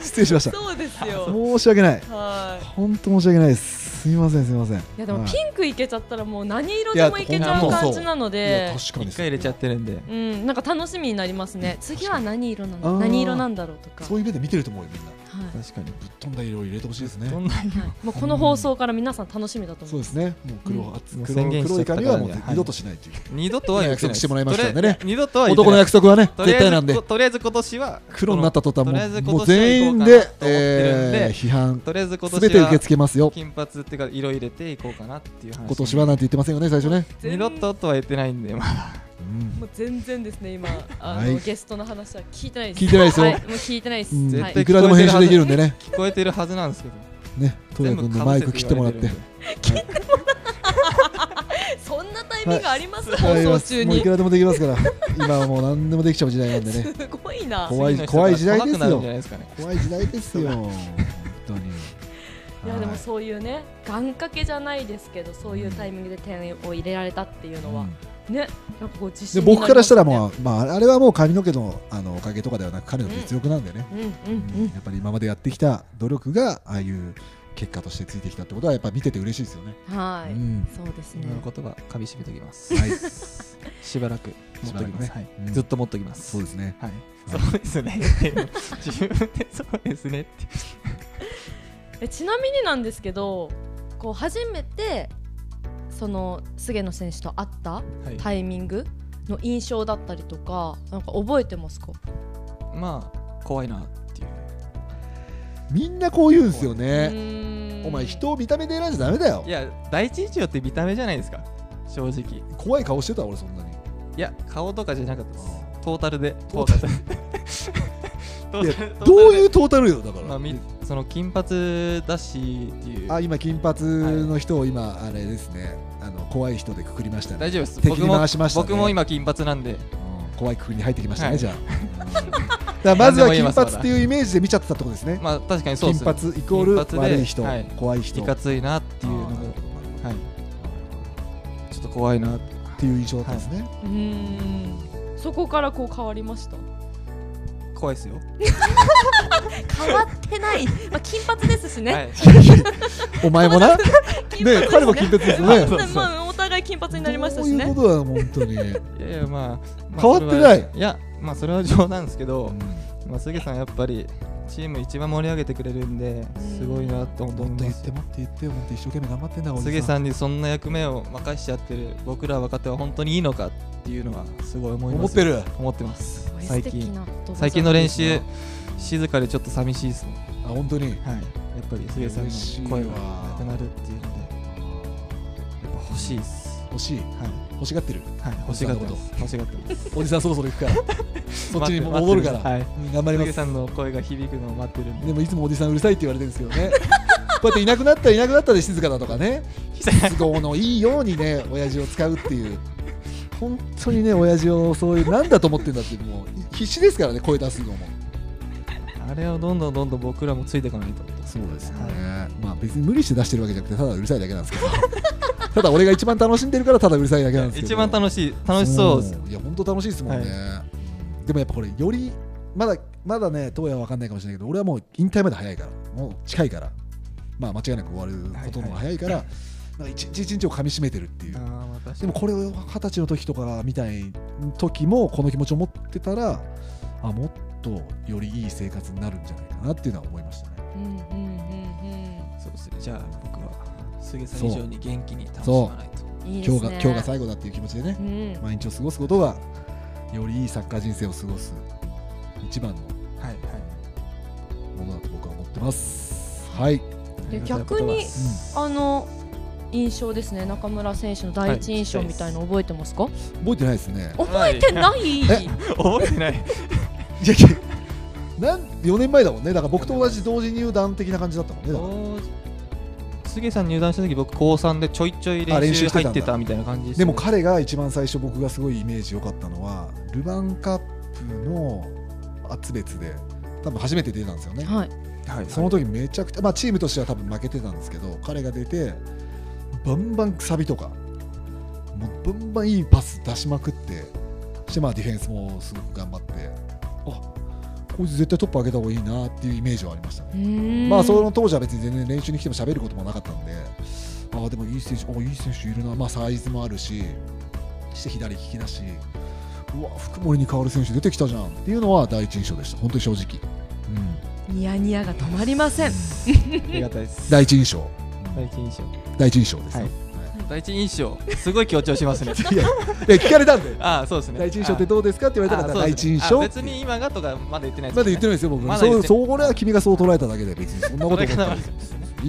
Speaker 2: 失礼しました
Speaker 3: そうですよ
Speaker 2: 申し訳ない
Speaker 3: は
Speaker 2: 本当申し訳ないですすいませんすいませんい
Speaker 3: いいやでも
Speaker 2: はい
Speaker 3: ピンクいけちゃったらもう何色でもいけち
Speaker 4: いや
Speaker 3: ゃ
Speaker 4: ほ
Speaker 3: うん
Speaker 4: と
Speaker 2: そう
Speaker 3: 感じなので
Speaker 2: や確かに
Speaker 4: 一回入れちゃってるんで
Speaker 3: うんなんか楽しみになりますね次は何色な
Speaker 2: あー
Speaker 3: の何色なんだろうとか
Speaker 2: そういう目で見てると思うよみんな
Speaker 3: はい
Speaker 4: 確かに
Speaker 2: ぶっ飛んだ色を入れてほしいですね
Speaker 4: どんな
Speaker 3: はいもうこの放送から皆さん楽しみだと
Speaker 2: そ
Speaker 3: 思
Speaker 2: う
Speaker 3: う
Speaker 2: ですね。もう黒初、
Speaker 4: うん
Speaker 2: 黒
Speaker 4: もう宣言し
Speaker 2: 黒
Speaker 4: ちゃ
Speaker 2: い
Speaker 4: ったか
Speaker 2: 髪
Speaker 4: らね
Speaker 2: はもう
Speaker 4: はい
Speaker 2: 二度としないという。
Speaker 4: 二度とは言ってな
Speaker 2: 約束
Speaker 4: いです
Speaker 2: してもらいましたんでね
Speaker 4: とりあえず二度とは言って
Speaker 2: 男の
Speaker 4: ない
Speaker 2: 約束はね、
Speaker 4: とり
Speaker 2: 絶
Speaker 4: あえず
Speaker 2: 対なんで
Speaker 4: こ。とりあえず今年は
Speaker 2: 黒になった途端
Speaker 4: とりあえ
Speaker 2: も
Speaker 4: ず
Speaker 2: う
Speaker 4: 今
Speaker 2: もう
Speaker 4: 年は
Speaker 2: 全
Speaker 4: 行こ
Speaker 2: 員
Speaker 4: う
Speaker 2: で
Speaker 4: かなと思ってるんで、
Speaker 2: えー批判
Speaker 4: とりあえず今
Speaker 2: す
Speaker 4: 年
Speaker 2: べて受け
Speaker 4: は
Speaker 2: 付けますよ。
Speaker 4: 金髪っていうか色入れていこうかなっていう話
Speaker 2: 今年はなんて言ってませんよね最初ね。
Speaker 4: 二度ととは言ってないんでまあ
Speaker 2: うん
Speaker 3: もう全然ですね今あ
Speaker 2: はい
Speaker 3: のゲストの話は聞いてないです
Speaker 2: 聞いてないですよ
Speaker 3: はいもう聞いてないです
Speaker 2: うん
Speaker 3: はい
Speaker 2: いくらでも編集できるんでね。
Speaker 4: 聞こえてるはずなんですけど
Speaker 2: ね、トヤ君のマイク切ってもらって。
Speaker 3: そんなタイミングあります
Speaker 2: はい
Speaker 3: 放送中
Speaker 2: もうい
Speaker 3: に
Speaker 2: くらでもできますから。今はもう何でもできちゃう時代なんでね。
Speaker 3: すごいな
Speaker 2: 怖い怖い時代ですよ
Speaker 4: 来なくなるんじゃないですかね
Speaker 2: 怖い時代ですよ。本当に。
Speaker 3: いやでも
Speaker 2: はい
Speaker 3: そういうね願掛けじゃないですけどそういうタイミングで点を入れられたっていうのは、ねなんかこう自
Speaker 2: で
Speaker 3: 信になりますね
Speaker 2: 僕からしたらもう、まあ、あれはもう髪の毛のあのおかげとかではなく彼の実力なんでね、
Speaker 3: うんうん
Speaker 2: うんやっぱり今までやってきた努力がああいう結果としてついてきたってことはやっぱ見てて嬉しいですよね。
Speaker 3: うんはい、
Speaker 2: うん
Speaker 3: そうですね
Speaker 4: 今の言葉噛み締めときます
Speaker 2: はい、
Speaker 4: しばらく持っときます、
Speaker 2: しばらく
Speaker 4: は
Speaker 2: ね
Speaker 4: い
Speaker 2: うん
Speaker 4: ずっと持っときます
Speaker 2: そうですね。
Speaker 4: はい、
Speaker 2: はい
Speaker 4: そ
Speaker 2: う
Speaker 4: ですね 自分でそうですねって
Speaker 3: えちなみになんですけどこう初めてその菅野選手と会った
Speaker 4: はい
Speaker 3: タイミングの印象だったりとかなんか覚えてますか
Speaker 4: まあ怖いなっていう
Speaker 2: みんなこう言うんですよ
Speaker 3: う
Speaker 2: ね。
Speaker 3: ーん
Speaker 2: お前人を見た目で選んじゃダメだよ
Speaker 4: い。や第一印象って見た目じゃないですか正直い
Speaker 2: 怖い顔してた俺そんなに。
Speaker 4: や顔とかじゃなかったです
Speaker 2: あ
Speaker 4: トータルで
Speaker 2: トー
Speaker 4: ト
Speaker 2: タ
Speaker 4: ー
Speaker 2: ル
Speaker 4: タルトータ
Speaker 2: どう
Speaker 4: ルトータルで
Speaker 2: いうトータルよだか
Speaker 4: ま
Speaker 2: ら。
Speaker 4: あ、みその金髪だしっていう
Speaker 2: あ今金髪の人を今あれですね。あの怖い人でくくりましたね。
Speaker 4: 大丈夫です
Speaker 2: 敵
Speaker 4: 僕
Speaker 2: に
Speaker 4: も
Speaker 2: 回しましたね
Speaker 4: 僕も今金髪なんで
Speaker 2: うん怖いくくりに入ってきました
Speaker 4: は
Speaker 2: ね
Speaker 4: い
Speaker 2: じゃ あ。うんだからまずは
Speaker 4: 何でも言え
Speaker 2: 金
Speaker 4: ます
Speaker 2: 髪っていうイメージで見ちゃってたってことですね。
Speaker 4: まあ確かにそう
Speaker 2: 金
Speaker 4: ですね
Speaker 2: 髪イコール
Speaker 4: 金髪で
Speaker 2: 悪い人
Speaker 4: はい、
Speaker 2: 怖い人
Speaker 4: いかついなっていうの
Speaker 2: あーなる
Speaker 4: も
Speaker 2: ほどなるほど
Speaker 4: はいちょっと怖いなって
Speaker 2: っていう印象だったんですね。
Speaker 3: うーんそこからこう変わりました
Speaker 4: 怖いですよ
Speaker 3: 変わってないまあ金髪ですしね、
Speaker 4: はい
Speaker 2: お前もな。
Speaker 3: 金髪
Speaker 2: ね、彼も金髪ですよね。
Speaker 4: そうそう
Speaker 3: まあお互い金髪になりましたし
Speaker 2: どうい
Speaker 3: ね
Speaker 2: うことだよ、本 当に。
Speaker 4: いやいやまあ、まあ
Speaker 2: 変わってない
Speaker 4: それはいやまあそれは冗談ですけど、まあ、杉さんやっぱりチーム一番盛り上げてくれるんですごいなと
Speaker 2: もっと
Speaker 4: 思い
Speaker 2: 言
Speaker 4: ま
Speaker 2: っ
Speaker 4: す
Speaker 2: て、もっと言ってよ、もっと一生懸命頑張ってんだ、俺。
Speaker 4: 杉さ
Speaker 2: ん。
Speaker 4: んにそんな役目を任しちゃってる僕ら若手は本当にいいのかっていうのはすごい思い
Speaker 2: 思っ
Speaker 4: ます
Speaker 2: てる。
Speaker 4: 思ってます
Speaker 3: これ
Speaker 4: 最
Speaker 3: 素敵
Speaker 4: 近
Speaker 3: な言葉じゃん
Speaker 4: 最近の練習静かでちょっと寂しいですね
Speaker 2: あ、本当に。
Speaker 4: はいやっぱり杉さんの声はなくなるっていうのでやっぱ欲しいです
Speaker 2: 欲しい。
Speaker 4: はい、
Speaker 2: 欲しがってる。
Speaker 4: はい、欲しがってます欲しがってます
Speaker 2: おじさん、そろそろ行く から。そっちに
Speaker 4: 待って
Speaker 2: 戻るから。
Speaker 4: 待ってます
Speaker 2: うん頑張
Speaker 4: はい
Speaker 2: り
Speaker 4: 杉
Speaker 2: ます
Speaker 4: さ。んの声が響くのを待ってるんで
Speaker 2: でも、いつもおじさんうるさいって言われてるんですけどね。 こうやっていなくなったらいなくなったで静かだとかね。都合のいいようにね、親父を使うっていう。本当にね、親父をそういう、なんだと思ってんだって、もう必死ですからね、声出すのも。
Speaker 4: あれをどんどんどんどん僕らもついていかないと
Speaker 2: そうですね、
Speaker 4: はい
Speaker 2: まあ別に無理して出してるわけじゃなくてただうるさいだけなんですけどただ俺が一番楽しんでるからただうるさいだけなんですけど
Speaker 4: 一番楽しい楽しそうです
Speaker 2: んいや本当楽しいですもんね、でもやっぱこれよりまだまだね東野は分かんないかもしれないけど俺はもう引退まで早いからもう近いからまあ間違いなく終わることの方が早いから、なんか一日一日をかみしめてるっていうでもこれを二十歳の時とかみたい時もこの気持ちを持ってたらあもっとよりいい生活になるんじゃないかなっていうのは思いましたね
Speaker 3: うんうん
Speaker 4: そうですねじゃあ僕は杉さ
Speaker 2: そ
Speaker 4: ん
Speaker 2: う
Speaker 4: 以上に元気に楽しまないと
Speaker 3: うんうんいいです
Speaker 2: 今
Speaker 3: ね
Speaker 2: 日が今日が最後だっていう気持ちでね
Speaker 3: うん
Speaker 2: 毎日を過ごすことがよりいいサッカー人生を過ごす一番の
Speaker 4: はいはい
Speaker 2: ものだと僕は思ってますはい
Speaker 3: で
Speaker 4: ありがとう
Speaker 3: 逆に
Speaker 4: ございます
Speaker 3: あの印象ですね中村選手の第一印象みたいの覚えてますか、
Speaker 2: 覚えてないですね
Speaker 3: 覚えてない、
Speaker 2: え
Speaker 4: 覚えてな
Speaker 2: い
Speaker 4: い
Speaker 2: やいやなん4年前だもんねだから僕と同じ同時入団的な感じだったもんねだから
Speaker 4: お杉さん入団した時僕高3でちょいちょい
Speaker 2: あ練
Speaker 4: 練
Speaker 2: 習
Speaker 4: 習
Speaker 2: してたん
Speaker 4: 入
Speaker 2: だ
Speaker 4: ってたみたいな感じす
Speaker 2: でも彼が一番最初僕がすごいイメージ良かったのはルヴァンカップの厚別で多分初めて出たんですよね
Speaker 3: はい
Speaker 4: はい
Speaker 2: その時めちゃくちゃ、まあ、チームとしては多分負けてたんですけど彼が出てバンバンくさびとかもうバンバンいいパス出しまくってそしてまあディフェンスもすごく頑張ってあこいつ絶対トップ上げた方がいいなっていうイメージはありましたね、まあその当時は別に全然練習に来ても喋ることもなかったんでああでもいい選手あいい選手いるな、まあ、サイズもあるしして左利きだしうわ福森に代わる選手出てきたじゃんっていうのは第一印象でした本当に正直、うん、
Speaker 3: ニヤニヤが止まりません
Speaker 4: ありがたいです
Speaker 2: 第一印象
Speaker 4: 第一印象
Speaker 2: 第一印象ですよ、
Speaker 4: はい
Speaker 2: は
Speaker 4: 第一印象すごい強調しますね
Speaker 2: いやいや聞かれたん で
Speaker 4: ああそうですね
Speaker 2: 第一印象ってどうですかって言われたか
Speaker 4: ああ
Speaker 2: ら
Speaker 4: そう
Speaker 2: 第
Speaker 4: です
Speaker 2: 一
Speaker 4: ね
Speaker 2: 印象
Speaker 4: あ別に今がとかまだ言ってないですね
Speaker 2: まだ言ってないですよ僕、
Speaker 4: まだ言
Speaker 2: そ
Speaker 4: っ
Speaker 2: う
Speaker 4: て
Speaker 2: そうこれは君がそう捉えただけで別にそんなこと思って
Speaker 4: 捉
Speaker 2: な
Speaker 4: え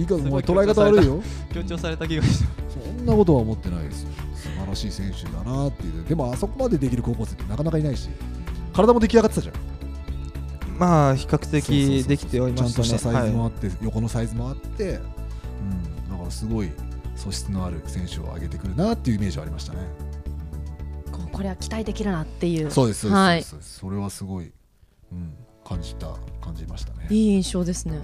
Speaker 2: い
Speaker 4: 方悪
Speaker 2: いいかお前
Speaker 4: すごい
Speaker 2: 捉え方悪いよ
Speaker 4: 強調された気がし
Speaker 2: そんなことは思ってないですよ素晴らしい選手だなっていうでもあそこまでできる高校生ってなかなかいないし体も出来上がってたじゃん
Speaker 4: たまあ比較的できており
Speaker 2: ち
Speaker 4: ま
Speaker 2: ゃん
Speaker 4: した
Speaker 2: と
Speaker 4: ね
Speaker 2: したサイズ
Speaker 4: はい
Speaker 2: もあって、横のサイズもあって、うん、だからすごい素質のある選手を上げてくるなっていうイメージはありましたね
Speaker 3: こうこれは期待できるなっていう
Speaker 2: そうですそうです、
Speaker 3: はい
Speaker 2: そうですそれはすごい、うん、感じた感じましたね
Speaker 3: いい印象ですね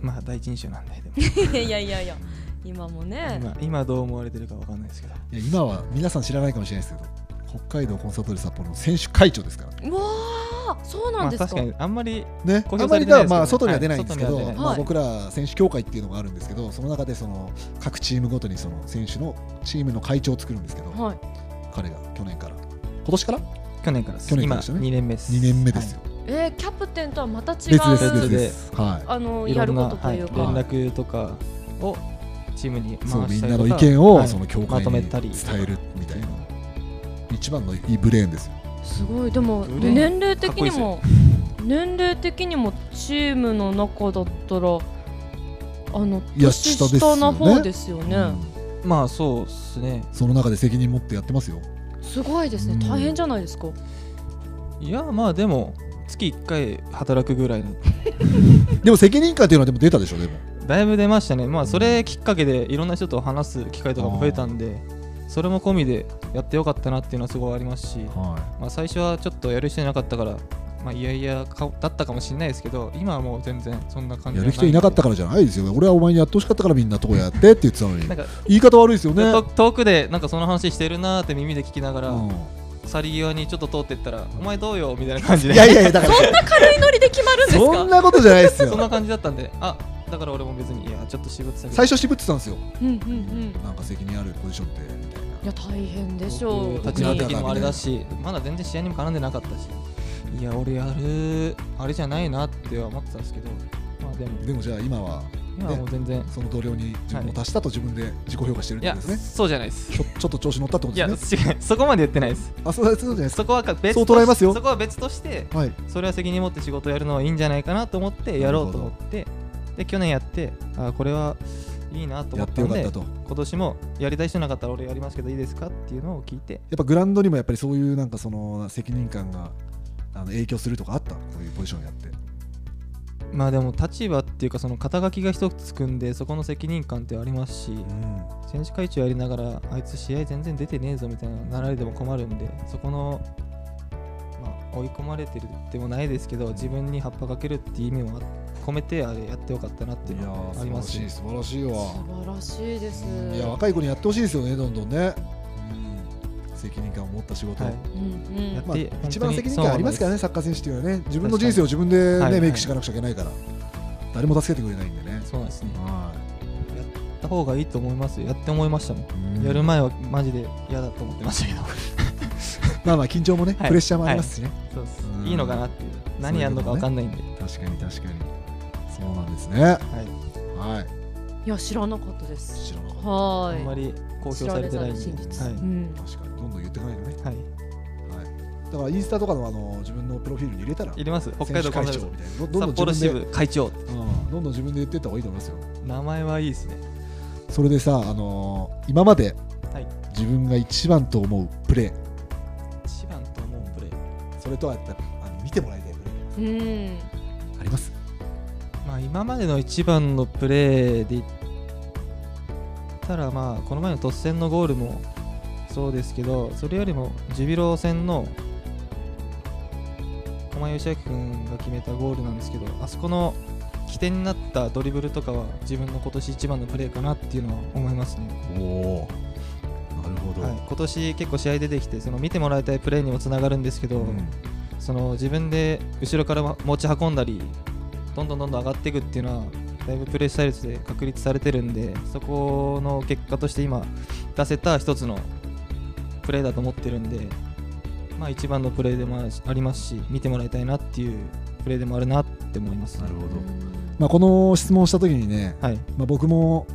Speaker 4: まあ第一印象なんでで も
Speaker 3: いやいやいやいや今もね
Speaker 4: 今今どう思われてるかわかんないですけど
Speaker 2: いや今は皆さん知らないかもしれないですけど北海道コンサートで札幌の選手会長ですから
Speaker 3: うわーそうな
Speaker 4: ま
Speaker 3: ん
Speaker 4: あ
Speaker 3: です
Speaker 4: 確
Speaker 3: か,、
Speaker 4: かにあんまり
Speaker 2: ね、あ
Speaker 4: 公表
Speaker 2: んま
Speaker 4: され
Speaker 2: り
Speaker 4: てな
Speaker 2: だ
Speaker 4: いですけど
Speaker 2: まあ外には出ないんですけど、
Speaker 4: はい外には出ない
Speaker 2: ま
Speaker 3: は
Speaker 2: あ、
Speaker 3: い
Speaker 2: 僕ら選手協会っていうのがあるんですけど、その中でその各チームごとにその選手のチームの会長を作るんですけど、
Speaker 3: はい、
Speaker 2: 彼が去年から、今年から
Speaker 4: 去年からです
Speaker 2: 去年からでしたね
Speaker 4: 今2年目です
Speaker 2: 2年目ですよ、
Speaker 3: えー、キャプテンとはまた違
Speaker 2: 別です、
Speaker 4: 違
Speaker 2: 別
Speaker 4: う
Speaker 3: う
Speaker 2: です、は
Speaker 3: あの
Speaker 4: はい、い
Speaker 3: や
Speaker 4: ろ
Speaker 3: る
Speaker 4: ん
Speaker 3: こ
Speaker 4: な、
Speaker 3: とと
Speaker 4: はい、
Speaker 3: い
Speaker 4: 連
Speaker 3: うか、
Speaker 4: 絡とかをチームに
Speaker 2: い、
Speaker 4: 回
Speaker 2: そうみ
Speaker 4: し
Speaker 2: ん
Speaker 4: た
Speaker 2: な
Speaker 4: りとか
Speaker 2: の意見を、
Speaker 4: はい
Speaker 2: その協
Speaker 4: ま
Speaker 2: 会
Speaker 4: とめ
Speaker 2: に
Speaker 4: た
Speaker 2: 伝
Speaker 4: り
Speaker 2: えるみたいな、一番のいいブレーンですよ、
Speaker 3: すごいでも
Speaker 4: ブレイン
Speaker 3: 年齢的にも年齢的にもチームの中だったらあの
Speaker 2: いや
Speaker 3: 年
Speaker 2: 下ですよ
Speaker 3: 下
Speaker 2: ね
Speaker 3: な方ですよね
Speaker 2: うん
Speaker 4: まあそうですね
Speaker 2: その中で責任持ってやってますよ、
Speaker 3: すごいですね、
Speaker 2: うん
Speaker 3: 大変じゃないですか
Speaker 4: いやまあでも月1回働くぐらいの
Speaker 2: でも責任感っていうのはでも出たでしょ、でも、
Speaker 4: だいぶ出ましたねまあそれきっかけでいろんな人と話す機会とかも増えたんでそれも込みでやってよかったなっていうのはすごいありますし、
Speaker 2: は
Speaker 4: まあ、最初はちょっとやる人いなかったからまあいやいやかだったかもしれないですけど今はもう全然そんな感
Speaker 2: い、
Speaker 4: じ
Speaker 2: やる人いなかった
Speaker 4: か
Speaker 2: からじゃないですよ、俺はお前にやってほしかったからみんなとこやってって言ってたのに
Speaker 4: な、んか
Speaker 2: 言い方悪いですよね。
Speaker 4: と遠くでなんかその話してるなーって耳で聞きながら、
Speaker 2: うん
Speaker 4: 去り際にちょっと通ってったら「お前どうよ」みたいな感じで
Speaker 2: いやいやいや、だから、
Speaker 3: そんな軽いノリで決まるんで す
Speaker 2: そん
Speaker 3: か
Speaker 2: なことじゃないです
Speaker 4: そん
Speaker 2: よ。
Speaker 4: な感じだったんであだから俺も別にいやちょっと仕事先
Speaker 2: 最初渋ってたんですよ。
Speaker 3: うんうんうん
Speaker 2: なんか責任あるポジションってみたいない
Speaker 3: や大変でしょう
Speaker 4: 立ち上がりもあれだしまだ全然試合にも絡んでなかったしいや俺やるあれじゃないなっては思ってたんですけどまあでも
Speaker 2: でもじゃあ今は
Speaker 4: 今はもう全然
Speaker 2: その同僚に自分を足したと自分で自己評価してるっ
Speaker 4: い
Speaker 2: てこと
Speaker 4: や
Speaker 2: ですね。
Speaker 4: そうじゃないです
Speaker 2: ちょちょっと調子乗ったってこ
Speaker 4: い
Speaker 2: と
Speaker 4: や違
Speaker 2: で
Speaker 4: う
Speaker 2: すね。
Speaker 4: そこまで言ってないです
Speaker 2: あ、そうそうじゃないです
Speaker 4: そこはか別
Speaker 2: そう
Speaker 4: とし
Speaker 2: 捉えますよ
Speaker 4: そこは別として
Speaker 2: か。はい。
Speaker 4: それは責任持って仕事をやるのはいいんじゃないかなと思ってやろうと思ってで去年やってあこれはいいなと
Speaker 2: や
Speaker 4: 思っ
Speaker 2: って
Speaker 4: た
Speaker 2: よ
Speaker 4: ん
Speaker 2: かっ
Speaker 4: で
Speaker 2: たと。や
Speaker 4: 今年もやりたい人なかったら俺やりますけどいいですかっていうのを聞いて
Speaker 2: っぱグラウンドにもやっぱりそういうなんかその責任感があの影響するとかあった。こういうポジションやって。
Speaker 4: まあでも立場っていうかその肩書きが一つ組んでそこの責任感ってありますし
Speaker 2: うん。
Speaker 4: 選手会長やりながらあいつ試合全然出てねえぞみたいななられても困るんでそこの、まあ、追い込まれてるでもないですけど自分に葉っぱかけるっていう意味も込めてあれやってよかったなっていう
Speaker 2: いや
Speaker 4: のは
Speaker 2: ー素
Speaker 4: あり
Speaker 2: 晴
Speaker 4: ま
Speaker 2: ら
Speaker 4: す
Speaker 2: しい
Speaker 4: し
Speaker 2: 素晴らしいわ。
Speaker 3: 素晴らしいです
Speaker 2: うんいや若い子にやってほしいですよねどんどんね。うん。責任感を持った仕事。
Speaker 4: はい
Speaker 3: うんうん
Speaker 4: やっ
Speaker 2: まあ、
Speaker 4: で
Speaker 2: 一番責任感ありますからね、サッカー選手っていうのはね、自分の
Speaker 4: 確かに
Speaker 2: 人生を自分で、ね
Speaker 4: はい
Speaker 2: メイクしていかなくちゃいけないから、誰も助けてくれないんでね。
Speaker 4: そうなんですね
Speaker 2: は
Speaker 4: やった方がいいと思いますやって思いましたもん、
Speaker 2: い
Speaker 4: やる前はマジで嫌だと思ってましたけど
Speaker 2: まあまあ、緊張もね、
Speaker 4: はい
Speaker 2: プレッシャーもありますしね、
Speaker 4: そうです
Speaker 2: うん
Speaker 4: いいのかなっていう何やるのか分かんないんで
Speaker 2: 確かに確かに、そうなんですね。
Speaker 4: はい
Speaker 2: はい
Speaker 3: いや知らなかったです
Speaker 2: 知らなかっ
Speaker 3: は
Speaker 4: あんま
Speaker 3: ーい
Speaker 4: り公表されてないんで
Speaker 3: 知られざる真実
Speaker 4: はい
Speaker 3: うん
Speaker 2: た、確かに、どんどん言ってかないとね、
Speaker 4: はい、
Speaker 2: はい、だからインスタとかのあの自分のプロフィールに入れたら、
Speaker 4: 入れます北海道
Speaker 2: 選
Speaker 4: コン
Speaker 2: 手会
Speaker 4: サル
Speaker 2: 長みたいな、どどんどん
Speaker 4: 札
Speaker 2: 自
Speaker 4: 幌
Speaker 2: 分
Speaker 4: 支
Speaker 2: で、
Speaker 4: 部会長
Speaker 2: うん、どんどん自分で言っていった方がいいと思いますよ。
Speaker 4: 名前はいいですね
Speaker 2: それでさ、あのー今まで
Speaker 4: はい
Speaker 2: 自分が一番と思うプレー、
Speaker 4: 一番と思うプレー
Speaker 2: それとはやっぱりあの見てもらいたいプレー
Speaker 3: うん
Speaker 2: あります
Speaker 4: まあ今までの一番のプレーで言ったらまあこの前の突戦のゴールもそうですけどそれよりもジュビロ戦の駒井義明君が決めたゴールなんですけどあそこの起点になったドリブルとかは自分の今年一番のプレーかなっていうのは思いますね
Speaker 2: おおなるほど、
Speaker 4: はい、今年結構試合出てきてその見てもらいたいプレーにもつながるんですけど、
Speaker 2: うん
Speaker 4: その自分で後ろから持ち運んだりどんどんどんどん上がっていくっていうのはだいぶプレースタイルとして確立されてるんでそこの結果として今出せた一つのプレーだと思ってるんで、まあ、一番のプレーでもありますし見てもらいたいなっていうプレーでもあるなって思います、
Speaker 2: なるほど、
Speaker 3: うん
Speaker 2: まあ、この質問した時にね、
Speaker 4: はい、
Speaker 2: まあ、僕も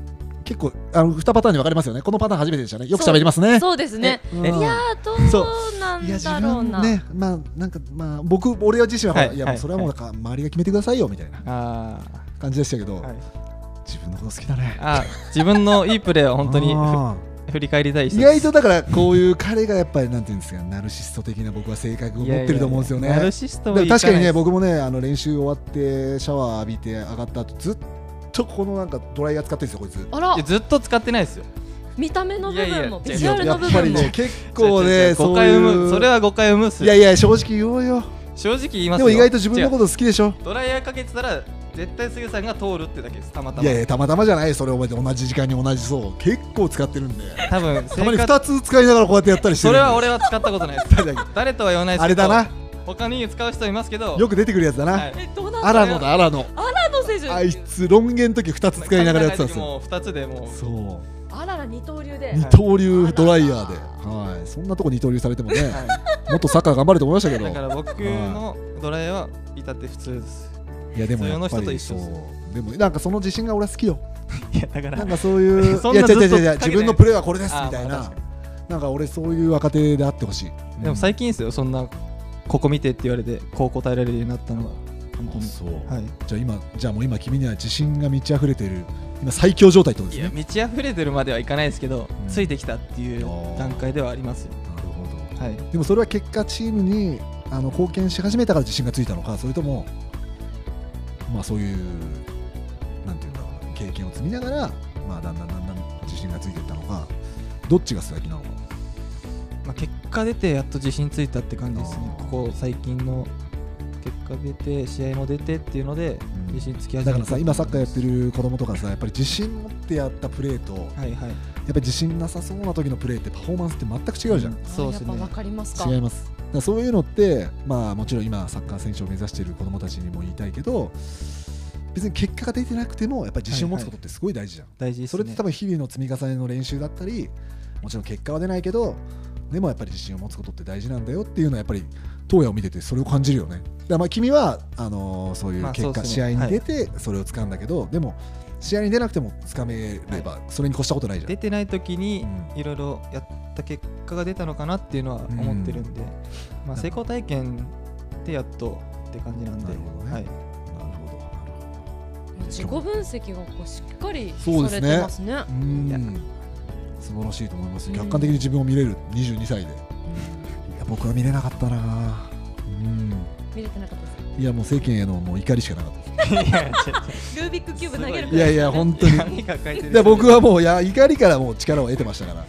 Speaker 2: 結構あの2パターンに分かれますよねこのパターン初めてでしたねよく喋りますね
Speaker 3: そうですね
Speaker 2: うん
Speaker 4: え
Speaker 3: いやーど
Speaker 4: そう
Speaker 3: うない
Speaker 2: や
Speaker 3: ん
Speaker 2: 自
Speaker 3: だろう
Speaker 2: 分
Speaker 3: な
Speaker 2: ねまあなんかまあ僕俺は自身は、
Speaker 4: はい
Speaker 2: い、や
Speaker 4: はい
Speaker 2: もうそれはもうなんか周りが決めてくださいよみたいな
Speaker 4: あ
Speaker 2: 感じでしたけど、
Speaker 4: ー、はい、
Speaker 2: 自分のこと好きだね
Speaker 4: あー自分のいいプレーは本当に
Speaker 2: あ
Speaker 4: 振り返りたい
Speaker 2: ー
Speaker 4: 人
Speaker 2: 意
Speaker 4: です
Speaker 2: 外とだからこういう彼がやっぱりなんていうんですかナルシスト的な僕は性格を持ってると思うんですよね
Speaker 4: いやいやナルシスト
Speaker 2: で
Speaker 4: は
Speaker 2: も確かにね
Speaker 4: いかないです
Speaker 2: 僕もねあの練習終わってシャワー浴びて上がった後ずっとこのなんかドライヤー使ってるんですよこ
Speaker 3: あら
Speaker 4: いやずっと使ってないですよ
Speaker 3: 見た目の部分もビ
Speaker 4: いや
Speaker 2: いつ
Speaker 4: い
Speaker 3: ジュ
Speaker 4: や
Speaker 3: アル
Speaker 2: や
Speaker 3: の
Speaker 2: っ
Speaker 3: 部
Speaker 2: ぱ
Speaker 3: 分
Speaker 2: り
Speaker 3: も
Speaker 2: ね結構
Speaker 4: 違う違
Speaker 2: ね
Speaker 4: う誤
Speaker 2: そう
Speaker 4: 解を生
Speaker 2: い
Speaker 4: む
Speaker 2: う
Speaker 4: それは誤解を生むっす
Speaker 2: いやいや正直言おうよ
Speaker 4: 正直言いま
Speaker 2: で
Speaker 4: す
Speaker 2: も
Speaker 4: よ
Speaker 2: 意外と自分のこと好きでしょ
Speaker 4: とドライヤーかけてたら絶対杉浦さんが通るってだけですたまた
Speaker 2: い
Speaker 4: ま
Speaker 2: やいやたまたまじゃないそれ覚えて同じ時間に同じそう結構使ってるんで
Speaker 4: 多分
Speaker 2: たまに
Speaker 4: 生活
Speaker 2: 2つ使いながらこうやってやったりして
Speaker 4: そ
Speaker 2: るんで
Speaker 4: れは俺は使ったことない です誰とは言わないです
Speaker 2: あ
Speaker 4: け
Speaker 2: れ
Speaker 4: ど
Speaker 2: だな
Speaker 4: 他に使う人いますけど
Speaker 2: よく出てくるやつだな、
Speaker 4: はい
Speaker 6: えどうな
Speaker 2: アラノだアラノ
Speaker 6: アラの選手
Speaker 2: あいつロン毛の時2つ使いながらやってたんですよ
Speaker 4: もう2つでもう
Speaker 2: そう
Speaker 6: アラが二刀流で
Speaker 2: 二刀流ドライヤーで、はい、そんなとこ二刀流されてもね、
Speaker 4: はい
Speaker 2: もっとサッカー頑張れと思いましたけど、
Speaker 4: だから僕のドライヤーは至って普通です。
Speaker 2: いやでもやっ
Speaker 4: 普通
Speaker 2: ぱ
Speaker 4: の人と
Speaker 2: り
Speaker 4: 一
Speaker 2: そ
Speaker 4: 緒
Speaker 2: う
Speaker 4: です、
Speaker 2: でもなんかその自信が俺は好きよ、
Speaker 4: いやだか
Speaker 2: なんかそういう、
Speaker 4: そん
Speaker 2: いや
Speaker 4: なずっと
Speaker 2: 違う違う違う
Speaker 4: 追っかけて
Speaker 2: 自分のプレーはこれです
Speaker 4: あー
Speaker 2: みたい
Speaker 4: まあ
Speaker 2: な
Speaker 4: 確か、
Speaker 2: なんか俺、そういう若手であってほしい。
Speaker 4: でも最近ですよ、そんなここ見てって言われて、こう答えられるようになったのが、本当
Speaker 2: うん
Speaker 4: に。
Speaker 2: そう
Speaker 4: はい、
Speaker 2: じゃあ今、じゃあもう今、君には自信が満ち溢れている、今、最強状態ってこと
Speaker 4: い
Speaker 2: です
Speaker 4: や
Speaker 2: ね。
Speaker 4: 満ち溢れてるまではいかないですけど、
Speaker 2: うん
Speaker 4: ついてきたっていう段階ではありますよ。
Speaker 2: なるほど
Speaker 4: はい、
Speaker 2: でもそれは結果、チームにあの貢献し始めたから自信がついたのか、それとも、まあ、そういう、なんていうんだろうな、経験を積みながら、まあ、だんだんだんだん自信がついていったのか、どっちが先なのか、
Speaker 4: まあ、結果出てやっと自信ついたって感じですね
Speaker 2: あー
Speaker 4: ここ最近の結果出て試合も出てっていうので
Speaker 2: うん
Speaker 4: 自信つき始め
Speaker 2: だ
Speaker 4: た
Speaker 2: からさ、今、サッカーやってる子供とかさ、やっぱり自信持ってやったプレーと、やっ
Speaker 4: はいはい
Speaker 2: ぱり自信なさそうな時のプレーって、パフォーマンスって全く違うじゃん。
Speaker 4: うんそうです
Speaker 6: あやっぱわ
Speaker 4: ね
Speaker 6: かりますか
Speaker 2: 違いますだからそういうのって、まあ、もちろん今サッカー選手を目指している子どもたちにも言いたいけど別に結果が出てなくてもやっぱり自信を持つことってすごい大事じゃん、
Speaker 4: 大事ですね
Speaker 2: それって多分日々の積み重ねの練習だったりもちろん結果は出ないけどでもやっぱり自信を持つことって大事なんだよっていうのはやっぱり東野を見ててそれを感じるよねだからまあ君はあのーそういう
Speaker 4: まあ
Speaker 2: 結果、
Speaker 4: そうです
Speaker 2: 試合
Speaker 4: ね
Speaker 2: に出てそれを掴んだけど、でも試合に出なくても掴めればそれに越したことないじゃん、
Speaker 4: 出てない時にいろいろやった結果が出たのかなっていうのは思ってるんで、まあ、成功体験でやっとって感じなんで
Speaker 2: なるほど ね
Speaker 4: はい、
Speaker 2: なるほどなるほど
Speaker 6: 自己分析がこうしっかり
Speaker 2: そうで
Speaker 6: さ
Speaker 2: す
Speaker 6: れ
Speaker 2: ね
Speaker 6: てますね
Speaker 2: う
Speaker 4: いや
Speaker 2: ん素晴らしいと思います
Speaker 6: うん
Speaker 2: 客観的に自分を見れる22歳でいや僕は見れなかったなうん
Speaker 6: 見れてなかったで
Speaker 2: いやもう世間へのもう怒りしかなかったです
Speaker 4: いや
Speaker 6: すルービックキューブ投げる
Speaker 2: いやいや本当に
Speaker 4: 何が 書いてる
Speaker 2: で僕はもういや怒りからもう力を得てましたから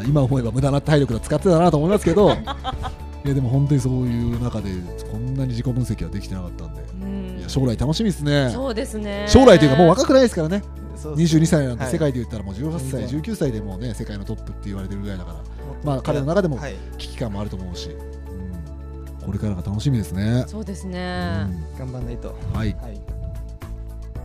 Speaker 2: うん今思えば無駄な体力が使ってたなと思いますけどいやでも本当にそういう中でこんなに自己分析はできてなかったんで
Speaker 6: うん
Speaker 2: いや将来楽しみですね
Speaker 6: そうですね
Speaker 2: 将来というかもう若くないですからね
Speaker 4: そうです
Speaker 2: 22歳なんで
Speaker 4: はい
Speaker 2: 世界で言ったらもう18歳
Speaker 4: 全然
Speaker 2: 19歳でもうね世界のトップって言われてるぐらいだから
Speaker 4: もっと
Speaker 2: まあ彼の中でも
Speaker 4: はい
Speaker 2: 危機感もあると思うし、これからが楽しみですね。
Speaker 6: そうです
Speaker 2: う
Speaker 6: ね
Speaker 2: ん
Speaker 4: 頑張んないと
Speaker 2: はい、
Speaker 4: はい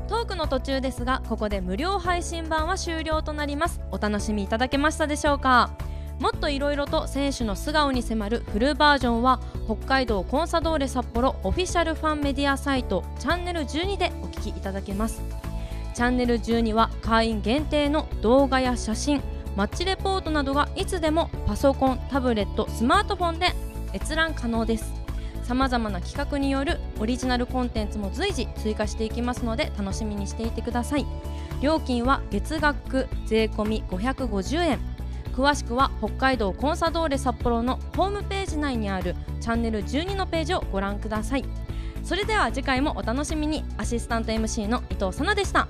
Speaker 3: トークの途中ですがここで無料配信版は終了となりますお楽しみいただけましたでしょうかもっといろいろと選手の素顔に迫るフルバージョンは北海道コンサドーレ札幌オフィシャルファンメディアサイトチャンネル12でお聞きいただけますチャンネル12は会員限定の動画や写真マッチレポートなどがいつでもパソコンタブレットスマートフォンで閲覧可能ですさまざまな企画によるオリジナルコンテンツも随時追加していきますので楽しみにしていてください料金は月額税込550円詳しくは北海道コンサドーレ札幌のホームページ内にあるチャンネル12のページをご覧くださいそれでは次回もお楽しみにアシスタント MC の伊藤さなでした